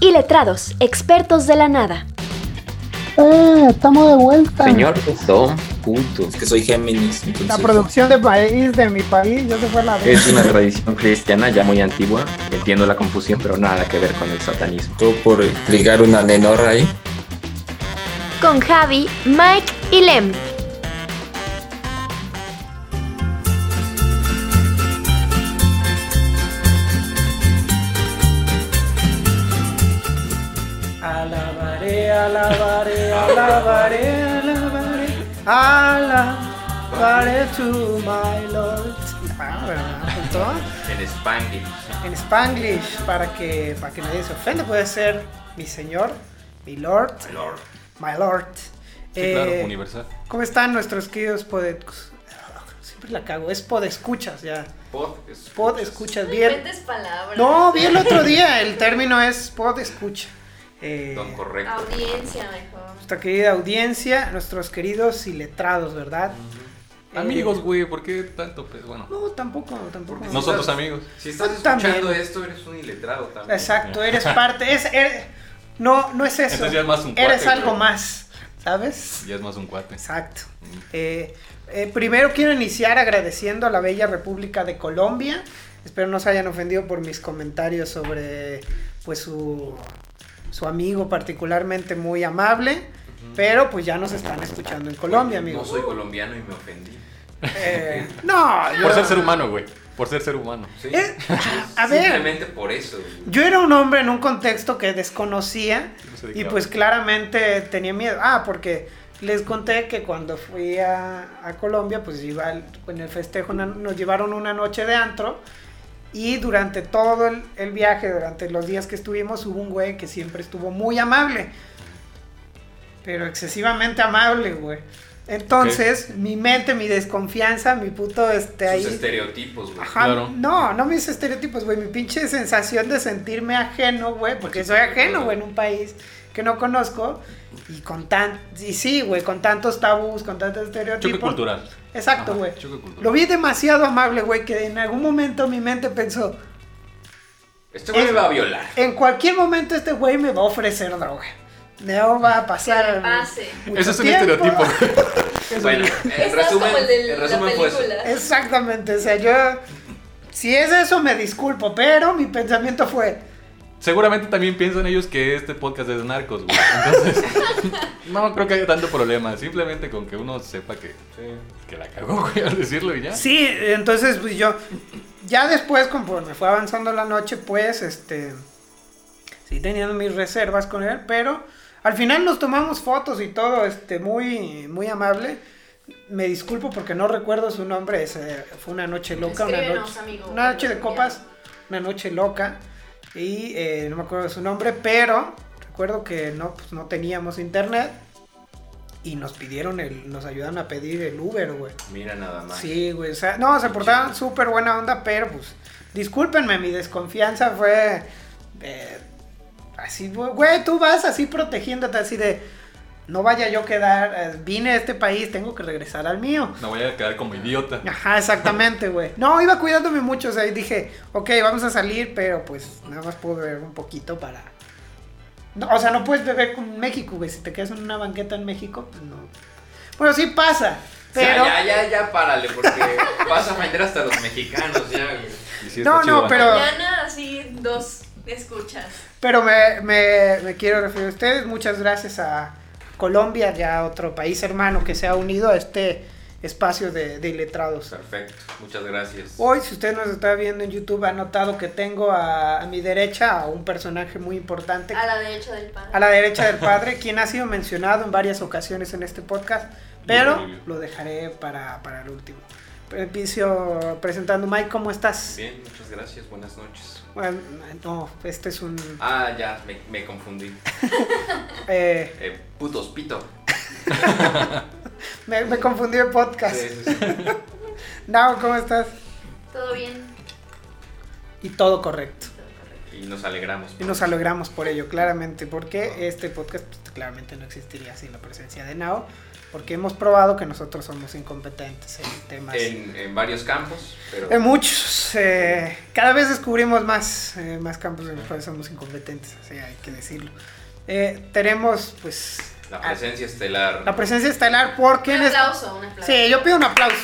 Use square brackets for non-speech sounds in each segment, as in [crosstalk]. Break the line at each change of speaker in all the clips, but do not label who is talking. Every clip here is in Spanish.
y letrados, expertos de la nada.
¡Eh! Estamos de
Ah.
vuelta.
Señor Don Punto.
Es que soy Géminis. entonces-
La producción de país de mi país ya se fue a la
Es una tradición cristiana ya muy antigua. Entiendo la confusión, pero nada que ver con el satanismo.
Todo por ligar una nenorra ahí.
Con Javi, Mike y Lem.
Alabaré, alabaré, alabaré, alabaré, alabaré to my Lord. Ah, bueno, me apuntó
En Spanglish.
en Spanglish para que, para que nadie se ofenda. Puede ser mi señor, mi Lord, my Lord.
Sí,
Eh,
claro, universal.
¿Cómo están nuestros queridos pod... Siempre la cago, es pod escuchas ya.
Pod
Pod escuchas bien.
palabras.
No, vi el otro día, el término es pod escucha. Eh,
correcto.
Audiencia mejor.
nuestra querida audiencia, nuestros queridos y letrados, ¿verdad? Eh,
Amigos, güey, ¿por qué tanto? Pues bueno,
no, tampoco, tampoco.
nosotros amigos.
Si estás
Pues, También.
escuchando esto, eres un iletrado también.
Exacto, eres parte, es, eres- no, no es eso.
Entonces ya es más un cuate,
eres algo
güey.
más, ¿sabes?
Ya es más un cuate. Mm.
Exacto. Eh, eh, primero quiero iniciar agradeciendo a la bella República de Colombia. Espero no se hayan ofendido por mis comentarios sobre pues su, su amigo particularmente muy amable. Pero pues ya nos están escuchando en Colombia,
No
amigos.
soy colombiano y me ofendí.
Eh, no, yo,
Por ser ser humano, güey. Por ser ser humano.
Sí.
Eh, a ver,
Simplemente por eso. güey.
yo era un hombre en un contexto que desconocía
No sé de qué
y pues claramente tenía miedo. Ah, porque les conté que cuando fui a, a Colombia, pues iba al- en el festejo una- nos llevaron una noche de antro y durante todo el, el viaje, durante los días que estuvimos, hubo un güey que siempre estuvo muy amable, pero excesivamente amable, güey. Entonces, mi mente, mi desconfianza, mi puto este ahí.
Sus estereotipos, güey.
Ajá,
Claro.
no, no mis estereotipos, güey, mi pinche sensación de sentirme ajeno, güey, porque soy ajeno, güey, en un país que no conozco y con tan y sí, güey, con tantos tabús, con tantos
Choque
estereotipos.
cultural.
Exacto,
Ajá,
güey.
choque cultural.
Lo vi demasiado amable, güey, que en algún momento mi mente pensó,
Este güey
Eh.
me va a violar.
en cualquier momento este güey me va a ofrecer droga. No va a pasar.
Que pase.
mucho
Ese es un
tiempo".
estereotipo.
Bueno, el
Estás
resumen,
como el de
el
la
resumen pues, fue eso.
película.
[laughs] Eh, Exactamente, o sea, yo si es eso me disculpo, pero mi pensamiento fue,
Seguramente también piensan ellos que este podcast es de narcos, güey. Entonces, no creo que haya tanto problema. Simplemente con que uno sepa que, que la cagó, [laughs] güey, al decirlo y ya.
Sí, entonces pues yo ya después conforme fue avanzando la noche, pues este sí teniendo mis reservas con él, pero al final nos tomamos fotos y todo, este muy muy amable. Me disculpo porque no recuerdo su nombre, ese, fue una noche loca, una
Escríbenos,
noche,
amigo,
una noche de
cuando
copas, una noche loca y eh, no me acuerdo de su nombre, pero recuerdo que no pues, no teníamos internet y nos pidieron el nos ayudaron a pedir el Uber, güey.
Mira nada más.
Sí, güey, o sea, no, se portaban súper buena onda, pero pues, discúlpenme, mi desconfianza fue eh, así, güey, tú vas así protegiéndote, así de, no vaya yo a quedar, eh, vine a este país, tengo que regresar al mío.
No voy a quedar como idiota.
Ajá, exactamente, güey. No, iba cuidándome mucho, o sea, y dije, ok, vamos a salir, pero pues nada más puedo beber un poquito para... No, o sea, no puedes beber con México, güey, si te quedas en una banqueta en México, pues no. Bueno, sí pasa,
O sea,
pero...
ya, ya, ya, párale, porque vas a ofender hasta los mexicanos ya, güey.
Y sí está
No,
chido,
no,
güey.
pero...
Mañana así dos escuchas.
Pero me, me- me quiero referir a ustedes. Muchas gracias a Colombia, ya otro país hermano que se ha unido a este espacio de, de letrados.
Perfecto, muchas gracias.
Hoy, si usted nos está viendo en YouTube, ha notado que tengo a, a mi derecha a un personaje muy importante.
A la derecha del pan.
A la derecha del padre, quien ha sido mencionado en varias ocasiones en este podcast, pero
Bien.
lo dejaré para, para el último. Pero Empiezo presentando, Mike, ¿cómo estás?
Bien, muchas gracias, buenas noches.
Bueno, no, este es un...
Ah, ya, me, me confundí.
eh,
Eh, putos, pito.
me, me confundí de podcast.
Sí, sí, sí.
Now, ¿cómo estás?
Todo bien.
Y todo correcto.
Todo correcto.
Y nos alegramos. pues.
Y nos alegramos por ello, claramente, porque este podcast pues, claramente no existiría sin la presencia de Nao, porque hemos probado que nosotros somos incompetentes en temas.
En, en varios campos, pero
En muchos, eh, cada vez descubrimos más, eh, más campos en los cuales somos incompetentes, así hay que decirlo. Eh, tenemos, pues,
la presencia estelar.
la presencia estelar por
Un
quienes...
aplauso, un aplauso.
Sí, yo pido un aplauso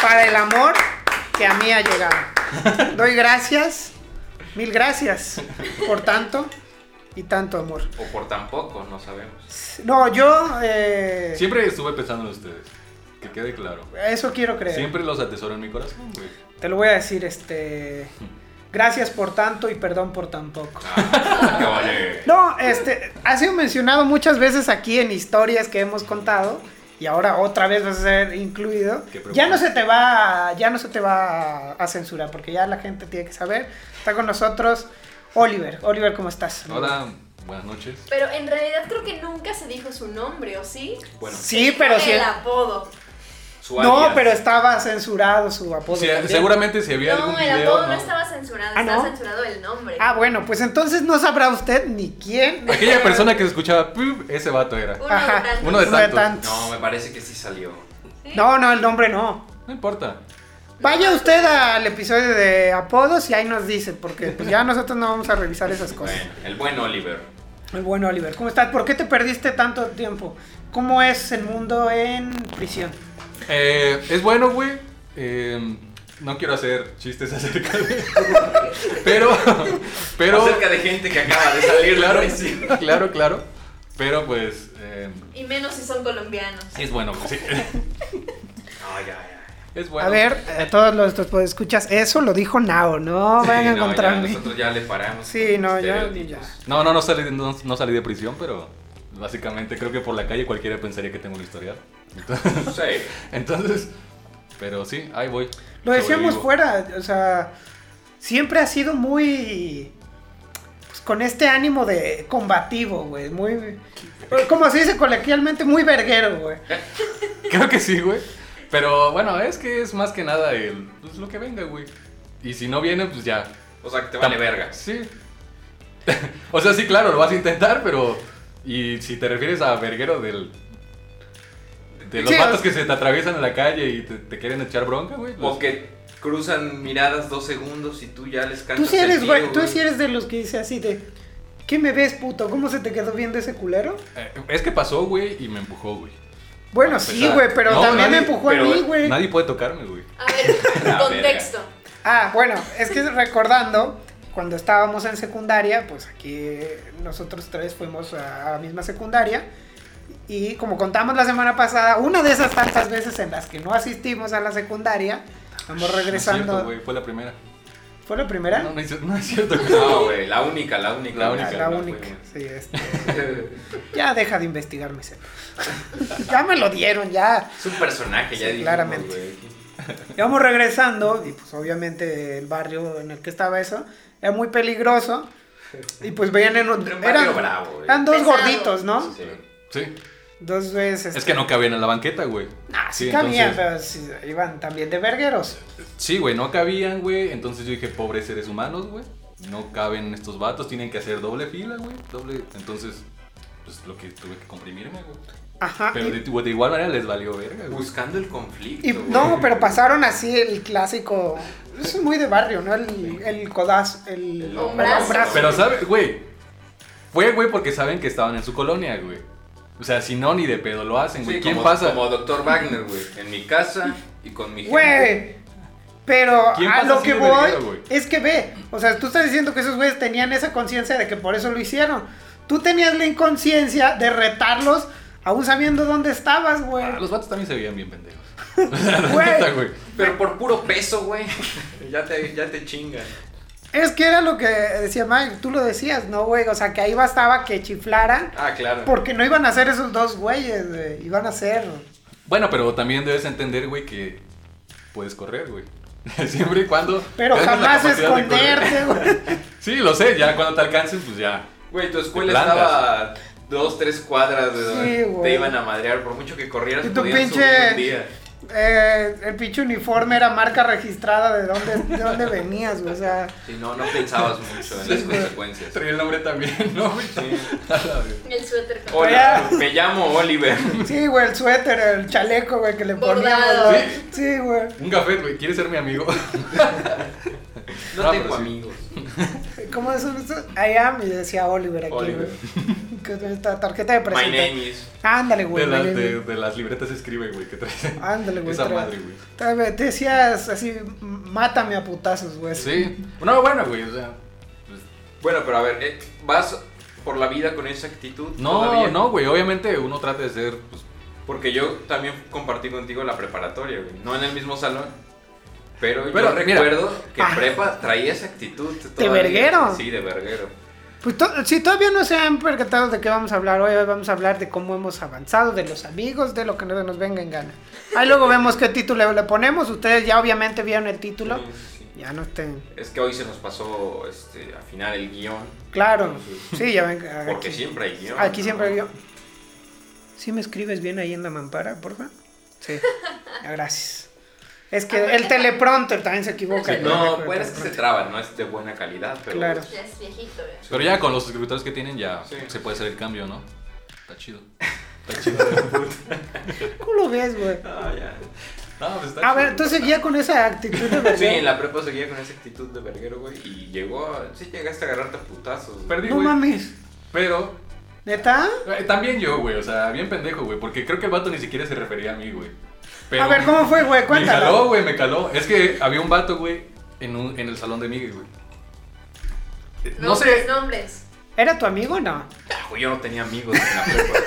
para el amor que a mí ha llegado. Doy gracias, mil gracias por tanto y tanto amor.
O por tan poco, no sabemos.
No, yo eh,
Siempre estuve pensando en ustedes. Que quede claro.
eso quiero creer.
Siempre los atesoro en mi corazón, güey.
Te lo voy a decir, este, gracias por tanto y perdón por tan poco.
Ah, caballero.
No, este, ha sido mencionado muchas veces aquí en historias que hemos contado y ahora otra vez vas a ser incluido.
Qué preocupación.
Ya no se te va, ya no se te va a censurar porque ya la gente tiene que saber. Está con nosotros Oliver. Oliver, ¿cómo estás?
Hola, buenas noches.
Pero en realidad creo que nunca se dijo su nombre, ¿o sí?
Bueno,
Sí, pero sí.
El apodo.
su
No,
alias.
pero estaba censurado su apodo.
Si-
Pues, también.
seguramente si había algún
No, el
video.
apodo
¿no?
no estaba censurado,
Ah,
estaba
¿no?
censurado el nombre.
Ah, bueno, pues entonces no sabrá usted ni quién.
Aquella persona que se escuchaba, "Pip", ese vato era.
Uno
Ajá,
de tantos.
uno de tantos.
No, me parece que sí salió.
¿Sí?
No, no, el nombre no.
No importa.
Vaya usted al episodio de apodos y ahí nos dice, porque pues, ya nosotros no vamos a revisar esas cosas.
Bueno, el buen Oliver.
Muy bueno, Oliver. ¿Cómo estás? ¿Por qué te perdiste tanto tiempo? ¿Cómo es el mundo en prisión?
Eh, es bueno, güey. Eh, no quiero hacer chistes [laughs] acerca de. pero. Pero.
Acerca de gente que acaba de
[laughs]
salir,
Claro,
claro. Sí.
claro, claro. Pero pues. eh,
Y menos si son colombianos.
es bueno, güey, sí. [laughs]
Ay, ay, ay.
Es bueno.
a ver, eh, todos los que escuchas, eso lo dijo Nao, no
Sí,
vayan a
no, ya
encontrarme.
nosotros este, pues, ya le paramos.
Sí, no, ya-
Estereotipos.
ya.
No, no, no salí, no, no salí de prisión, pero. Básicamente creo que por la calle cualquiera pensaría que tengo un historial. Entonces.
Sí.
[laughs] entonces, pero sí, ahí voy.
Lo decíamos
Sobrevivo.
fuera, o sea, siempre ha sido muy. pues, con este ánimo de combativo, güey. Muy. Como se dice coloquialmente, muy verguero, güey.
Creo que sí, güey. Pero bueno, es que es más que nada el, pues, lo que venga, güey. Y si no viene, pues ya.
O sea, que te vale
Tam-
verga.
Sí. [laughs] o sea, sí, claro, lo vas a intentar, pero. Y si te refieres a verguero del. De los
Sí,
vatos
o-
que se te atraviesan en la calle y te, te quieren echar bronca, güey. pues,
O que cruzan miradas dos segundos y tú ya les
Tú
cantas
sí eres,
el
güey,
tiro,
tú sí eres de los que dice así de. ¿Qué me ves, puto? ¿Cómo se te quedó viendo ese culero?
eh, es que pasó, güey, y me empujó, güey.
Bueno,
Para
sí,
empezar.
güey, pero
Pues, No,
también
nadie-
me empujó
pero
a mí, güey.
Nadie puede tocarme, güey. [laughs]
A ver,
La
contexto.
Ah, bueno, es que recordando, cuando estábamos en secundaria, pues aquí nosotros tres fuimos a a la misma secundaria. Y como contamos la semana pasada, una de esas tantas veces en las que no asistimos a la secundaria, vamos
No es
regresando.
cierto, güey, fue la primera.
¿Fue la primera?
No, no, es- [laughs] no es cierto, güey.
No, güey, la única, la única.
La
Ah,
única,
la
güey.
única. Sí, este, ya deja de investigarme, Cero. [laughs] ya me lo dieron, ya.
[laughs] Es un personaje, ya
Sí,
dijimos,
claramente.
güey.
Y vamos regresando, y pues obviamente el barrio en el que estaba eso era muy peligroso. Y pues veían en un.
Era un barrio
Eran,
bravo, güey.
eran dos
Pesado.
gorditos, ¿no?
Sí.
Sí.
Dos veces.
Es que no cabían en la banqueta, güey.
Ah, sí,
Sí,
cabían, pero sí, iban también de vergueros.
Sí, güey, no cabían, güey. Entonces yo dije, pobres seres humanos, güey. No caben estos vatos, tienen que hacer doble fila, güey. Doble. Entonces, pues lo que tuve que comprimirme, güey.
Ajá.
Pero de,
Ah, Y,
de igual manera les valió verga, güey.
Buscando el conflicto.
y-
güey.
no, pero pasaron así el clásico. Es muy de barrio, ¿no? El, el codazo. El,
El
hombrazo.
Pero, ¿sabes, güey? Fue, güey, porque saben que estaban en su colonia, güey. O sea, si no, ni de pedo lo hacen, güey.
Sí,
¿Quién
como,
pasa?
Como Dr. Wagner, güey. En mi casa y con mi gente.
Güey. Pero
¿Quién
a
pasa
lo
así
que
de
voy
verguero, güey?
es que ve. O sea, tú estás diciendo que esos güeyes tenían esa conciencia de que por eso lo hicieron. Tú tenías la inconsciencia de retarlos aún sabiendo dónde estabas, güey.
Ah, los vatos también se veían bien pendejos. La neta, güey.
Pero por puro peso, güey. [laughs] ya, te, ya te chingan.
Es que era lo que decía Mike, tú lo decías, ¿no, güey? O sea, que ahí bastaba que chiflaran
Ah, claro.
porque no iban a ser esos dos güeyes, güey. Iban a ser.
Bueno, pero también debes entender, güey, que puedes correr, güey. [laughs] Siempre y cuando.
Pero
tengas la
jamás
capacidad de correr.
esconderte, güey. [laughs]
Sí, lo sé, ya cuando te alcances, pues ya.
Güey, tu escuela
Te plantas.
estaba a dos, tres cuadras
Sí,
de donde
güey.
te iban a madrear. Por mucho que corrieras,
Y tu
podían
pinche-
subir un día.
eh, el pinche uniforme era marca registrada de dónde, de dónde venías, güey, o sea,
Si no, no pensabas mucho en las consecuencias.
Traía el nombre también, [laughs] ¿no? güey? A la vez.
El suéter con
Hola, me llamo Oliver.
sí, güey, el suéter, el chaleco, güey, que le poníamos,
Bordado.
güey. sí, güey,
Un café, güey. ¿Quieres ser mi amigo?
No
Ah,
tengo
pues sí.
amigos.
¿cómo es eso? I am, y decía Oliver aquí, güey,
Oliver.
que es esta tarjeta de
My
presentación,
name is.
ándale,
De,
güey,
las-
my name
de-
is-
de las libretas escribe, güey, que traes.
ándale, güey,
Esa
tra-
madre, güey.
tra- te decías así, mátame a putazos, güey,
Sí. No, bueno, güey, o sea. pues,
Bueno, pero a ver, eh, ¿vas por la vida con esa actitud?
no,
todavía?
no, güey. Obviamente uno trata de ser. Pues,
Porque yo también compartí contigo la preparatoria, güey. No en el mismo salón. Pero,
Pero,
yo
mira.
recuerdo que
Ah.
en prepa traía esa actitud.
¿De verguero?
Sí, de verguero.
Pues to- si todavía no se han percatado de qué vamos a hablar hoy, hoy vamos a hablar de cómo hemos avanzado, de los amigos, de lo que no nos venga en gana. Ahí luego vemos qué título le ponemos, ustedes ya obviamente vieron el título,
Sí, sí, sí.
ya no estén...
Es que hoy se nos pasó este, al final el guión.
Claro, sí, ya ven.
Porque
aquí-
siempre hay guión.
Aquí
¿no?
siempre yo. ¿Sí me escribes bien ahí en la mampara, porfa? Sí. Ah, Gracias. Es que el teleprompter también se equivoca.
Sí,
yo me
No,
acuerdo
bueno,
del
es que se
teleprompter.
traba, no es de buena calidad, pero.
Claro.
Ya es viejito, ya.
Pero ya con los suscriptores que tienen ya
Sí.
se puede hacer el cambio, ¿no? Está chido.
¿Cómo lo ves, güey?
Ah, ya.
No, pues está
A ver,
chido.
entonces ya con esa actitud de verdad.
Sí, en la prepa seguía con esa actitud de verguero, güey. Y llegó a. Sí, llegaste a agarrarte a putazos. güey.
Perdí,
No
güey.
mames.
Pero
¿Neta?
eh, también yo, güey. O sea, bien pendejo, güey. Porque creo que el vato ni siquiera se refería a mí, güey. Pero-
A ver, ¿cómo fue, güey?
Me caló,
Cuéntalo.
güey, me caló. Es que había un vato, güey, en, un- en el salón de Miguel, güey. Eh, No
Nombres,
sé.
Nombres.
¿Era tu amigo o no?
Ah, güey, Yo no tenía amigos en
[laughs]
la prepa.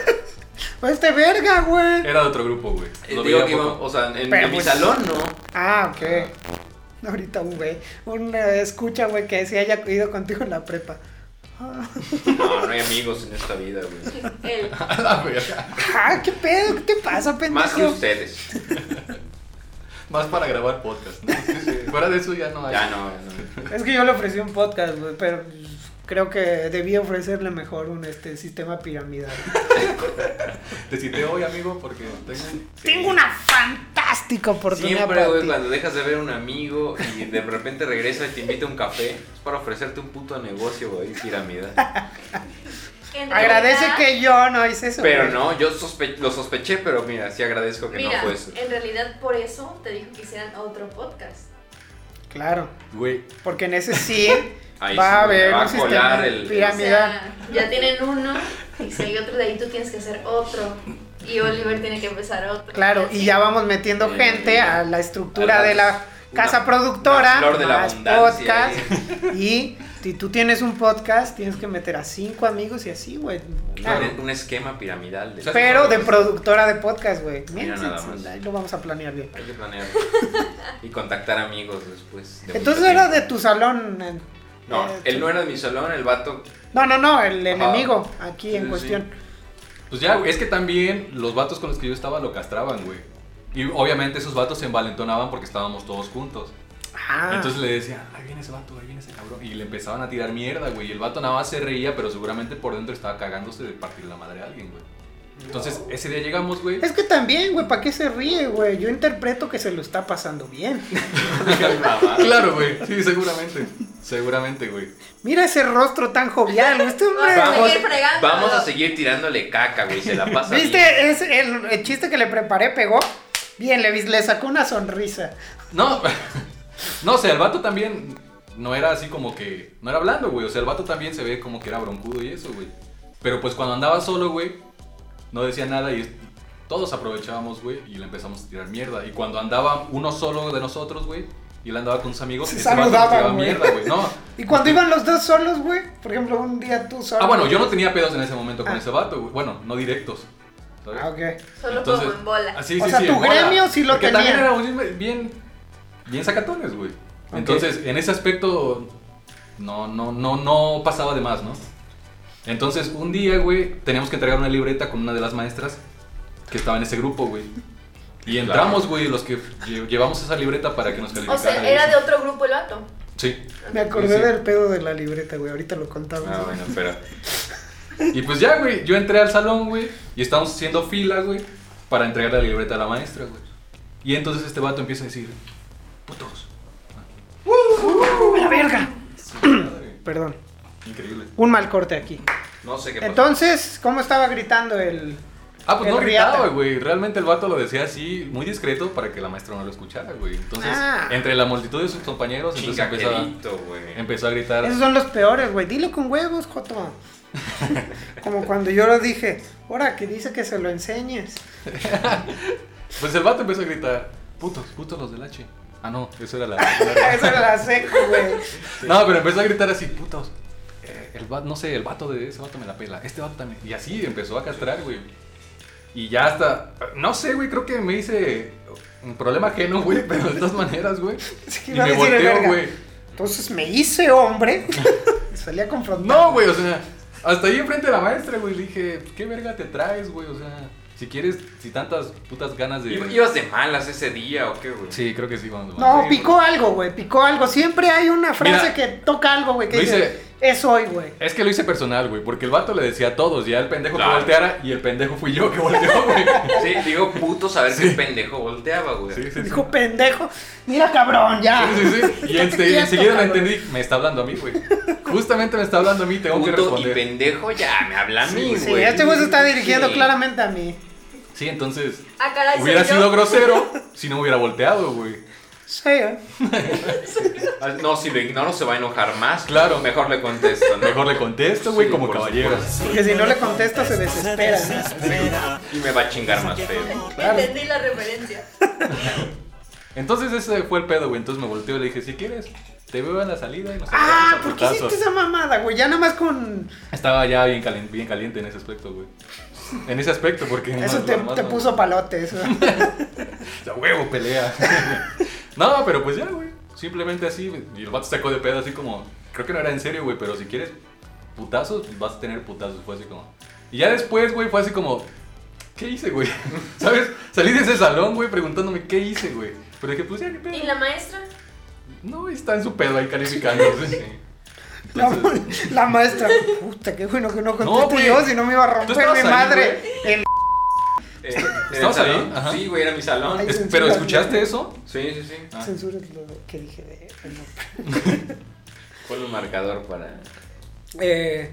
Pues de verga, güey.
Era de otro grupo, güey.
Eh,
Lo
Digo
veía
que
poco.
iba, o sea, en,
Pero
en mi
pues-
salón no.
Ah, ok. Ahorita un güey, un eh, escucha, güey, que se haya ido contigo en la prepa.
No, no hay amigos en esta vida, güey.
[laughs]
Él.
A la verga.
Ah, qué pedo, ¿qué te pasa, pendejo?
Más que ustedes.
Más para grabar podcast, ¿no? Fuera de eso ya no hay.
Ya no, no.
Es que yo le ofrecí un podcast, güey, pero creo que debí ofrecerle mejor un este sistema piramidal.
Te cité hoy, amigo, porque tengo...
[laughs] Tengo una fantástica oportunidad
Siempre,
para
güey,
ti.
cuando dejas de ver a un amigo y de repente regresa y te invita a un café, es para ofrecerte un puto negocio, güey, piramida.
En
Agradece
realidad-
que yo no hice eso.
Pero
güey.
no, yo sospe- lo sospeché, pero mira, sí agradezco que
Mira,
no fue eso.
en realidad por eso te dijo que hicieran otro podcast.
Claro,
Güey,
porque en ese sí
Ahí
va
sí
a
me
haber
va a
un sistema
colar el-
Ah,
O
piramidal.
sea, ya tienen uno y si hay otro de ahí tú tienes que hacer otro y Oliver tiene que empezar otro.
Claro, y ya vamos metiendo
Eh,
gente a la estructura
a la-
de la
una-
casa productora,
una flor de la
más
abundancia,
podcast.
[laughs]
Y si tú tienes un podcast, tienes que meter a cinco amigos y así, güey. Claro.
Un, un esquema piramidal.
[laughs]
De
O sea,
Pero de productora de podcast, güey.
Mira
Mira,
nada más.
ahí lo vamos a planear bien.
Hay que planear. y contactar amigos después. de
Entonces
mucho
era
tiempo.
de tu salón. eh,
No,
eh,
él no era de mi salón, el vato.
No, no, no, el
Ajá.
enemigo aquí
Sí,
en
sí,
cuestión.
Pues ya, güey, es que también los vatos con los que yo estaba lo castraban, güey. Y obviamente esos vatos se envalentonaban porque estábamos todos juntos.
Ah,
Entonces le decían, ahí viene ese vato, ahí viene ese cabrón. Y le empezaban a tirar mierda, güey. Y el vato nada más se reía, pero seguramente por dentro estaba cagándose de partir la madre a alguien, güey. Entonces, ese día llegamos, güey. [laughs]
es que también, güey, ¿para qué se ríe, güey? Yo interpreto que se lo está pasando bien. [laughs]
Claro, güey. Sí, seguramente. Seguramente, güey.
Mira ese rostro tan jovial, güey, este hombre.
Vamos.
Vamos,
seguir fregando.
vamos a seguir tirándole caca, güey. Se la pasa. bien.
¿Viste? Es el, el chiste que le preparé, pegó. Bien, le, le sacó una sonrisa.
No, [laughs] no, o sea, el vato también no era así como que. No era blando, güey. O sea, el vato también se ve como que era broncudo y eso, güey. Pero pues cuando andaba solo, güey, no decía nada y es- todos aprovechábamos, güey, y le empezamos a tirar mierda. Y cuando andaba uno solo de nosotros, güey, y él andaba con sus amigos,
Se
ese vato nos
saludaban,
tiraba
güey.
mierda, güey. No.
[laughs] Y cuando iban los dos solos, güey, por ejemplo, un día tú solo.
Ah, bueno, yo no tenía pedos en ese momento con
Ah.
ese vato, güey. Bueno, no directos. ¿sabes?
Ah, ok.
Solo
Entonces,
como en bola.
ah, sí,
O
sí,
sea,
sí,
tu
en bola.
gremio sí lo
Porque también
tenía.
era un- bien, bien sacatones, güey. Entonces, en ese aspecto, no, no, no, no pasaba de más, ¿no? Entonces, un día, güey, teníamos que entregar una libreta con una de las maestras que estaba en ese grupo, güey. Y entramos, güey, los que lle- llevamos esa libreta para que nos
O
calificaran.
sea,
y
era
eso.
de otro grupo el vato.
Sí.
Me acordé
Sí.
del pedo de la libreta, güey. Ahorita lo contamos.
Ah, bueno, pero.
[laughs] Y pues ya, güey, yo entré al salón, güey, y estábamos haciendo fila, güey, para entregar la libreta a la maestra, güey. Y entonces este vato empieza a decir, putos.
Uh, ¡La verga!
[clears throat]
Su madre.
Perdón,
Increíble.
un mal corte aquí.
No sé qué pasó.
Entonces, ¿cómo estaba gritando el...?
Ah, pues
El
no gritaba,
riata.
güey. Realmente el vato lo decía así, muy discreto, para que la maestra no lo escuchara, güey. Entonces,
Ah.
entre la multitud de sus compañeros, entonces
Chinga,
empezó a,
quedito, güey.
empezó a gritar.
Esos son los peores, güey. Dilo con huevos,
[laughs]
Joto. Como cuando yo lo dije, ahora que dice que se lo enseñes.
Pues el vato empezó a gritar, putos, putos los del H. Ah, no, eso era la...
[laughs]
[laughs] Esa era la seco,
[laughs]
güey.
no, pero empezó a gritar así, putos. Eh, el vato, no sé, el vato de ese vato me la pela, este vato también. Y así empezó a castrar, güey. Y ya hasta, no sé, güey, creo que me hice un problema ajeno, güey, pero de todas
[laughs]
maneras, güey.
Sí,
Y
iba a
me
decir el
volteo,
verga.
güey.
Entonces me hice
[laughs]
hombre. Salí a confrontar.
No, güey, o sea, hasta ahí enfrente de la maestra, güey, le dije, "Pues, ¿qué verga te traes, güey? O sea, si quieres, si tantas putas ganas de...
Iba- ¿Ibas de malas ese día o qué, güey?
Sí, creo que sí, vamos.
No,
sí,
picó algo, güey. Picó algo. Siempre hay una frase
Mira,
que toca algo, güey. Que
lo
dice,
hice-
es hoy, güey.
Es que lo hice personal, güey, porque el vato le decía a todos, ya el pendejo
Claro.
que volteara y el pendejo fui yo que volteó, güey.
Sí, digo puto saber que el pendejo volteaba, güey.
Sí, sí, sí.
Dijo, pendejo. Mira, cabrón, ya.
Sí,
[laughs]
sí,
[laughs]
sí. Y
Ya te
ense-
querías
enseguida lo
tocar, güey.
entendí, me está hablando a mí, güey. Justamente me está hablando a mí, tengo que
Puto y
responder.
pendejo ya me habla a mí, güey.
Sí, este güey se está dirigiendo
Sí.
claramente a mí.
Sí, entonces,
Ah, caray, soy
hubiera
yo.
[laughs]
sido grosero si no me hubiera volteado, güey.
Sí, ¿eh?
Ah, No, si lo ignoro se va a enojar más.
Claro.
Mejor le contesto,
[laughs]
¿no?
Mejor le contesto, güey,
Sí,
como
por
caballero.
Porque si no le contesto se desespera.
Y me va a chingar más feo.
Entendí la referencia.
Entonces ese fue el pedo, güey. Entonces me volteó y le dije, si quieres, te veo en la salida y nos
Ah,
agarramos a
¿por qué
putazos".
hiciste esa mamada, güey? Ya nada más con...
Estaba ya bien caliente, bien caliente en ese aspecto, güey. En ese aspecto, porque... no,
Eso te,
lo demás
te
no.
puso palote, eso.
[laughs] O sea, huevo, pelea. [laughs] no, pero pues ya, güey. Simplemente así. Y el vato sacó de pedo así como. Creo que no era en serio, güey, pero si quieres putazos, pues vas a tener putazos. Fue así como. Y ya después, güey, fue así como. ¿Qué hice, güey? [laughs] ¿Sabes? Salí de ese salón, güey, preguntándome qué hice, güey. Pero dije, pues ya, qué pedo.
¿Y la maestra?
No, está en su pedo ahí calificando.
La, la maestra. Puta, qué bueno que no contesté
güey.
yo, si no me iba a
Tú
romper
estabas
mi
ahí,
madre. El-
Eh, ¿en
¿Estabas
el
ahí?
salón?
Ajá.
Sí, güey, era mi salón.
Ay.
Es- pero ¿escuchaste eso?
Sí, sí, sí.
Ah.
Censura es lo que dije de... el nombre.
Ponle un marcador para.
Eh,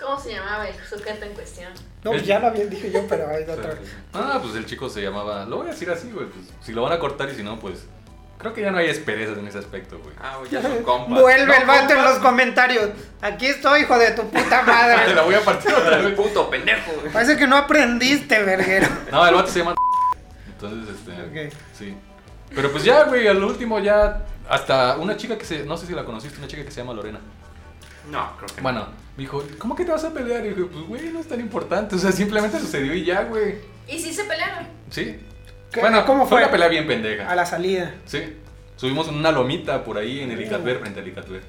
¿Cómo se llamaba el sujeto en cuestión?
no,
El-
ya lo había dije yo, pero ahí otra vez.
Ah, pues el chico se llamaba. Lo voy a decir así, güey. pues, si lo van a cortar y si no, pues. Creo que ya no hay esperezas en ese aspecto, güey.
Ah, güey, ya son compas.
Vuelve
No,
el vato en
compas.
los comentarios. Aquí estoy, hijo de tu puta
Ah, [laughs] Te
madre.
la voy a partir otra vez.
Puto pendejo, güey.
Parece que no aprendiste, verguero.
[laughs] No, el vato se llama. [laughs] Entonces, este.
Ok.
Sí. Pero pues ya, güey, al último ya. Hasta una chica que se. No sé si la conociste, una chica que se llama Lorena.
No, creo que no.
Bueno, me dijo, ¿cómo que te vas a pelear? Y dije, pues, güey, no es tan importante. O sea, simplemente sucedió y ya, güey.
¿Y si se pelearon?
Sí.
¿Qué-
Bueno,
cómo fue?
fue una pelea bien
A
pendeja.
la salida.
Sí. Subimos una lomita por ahí en el Icatver, frente al Icatver.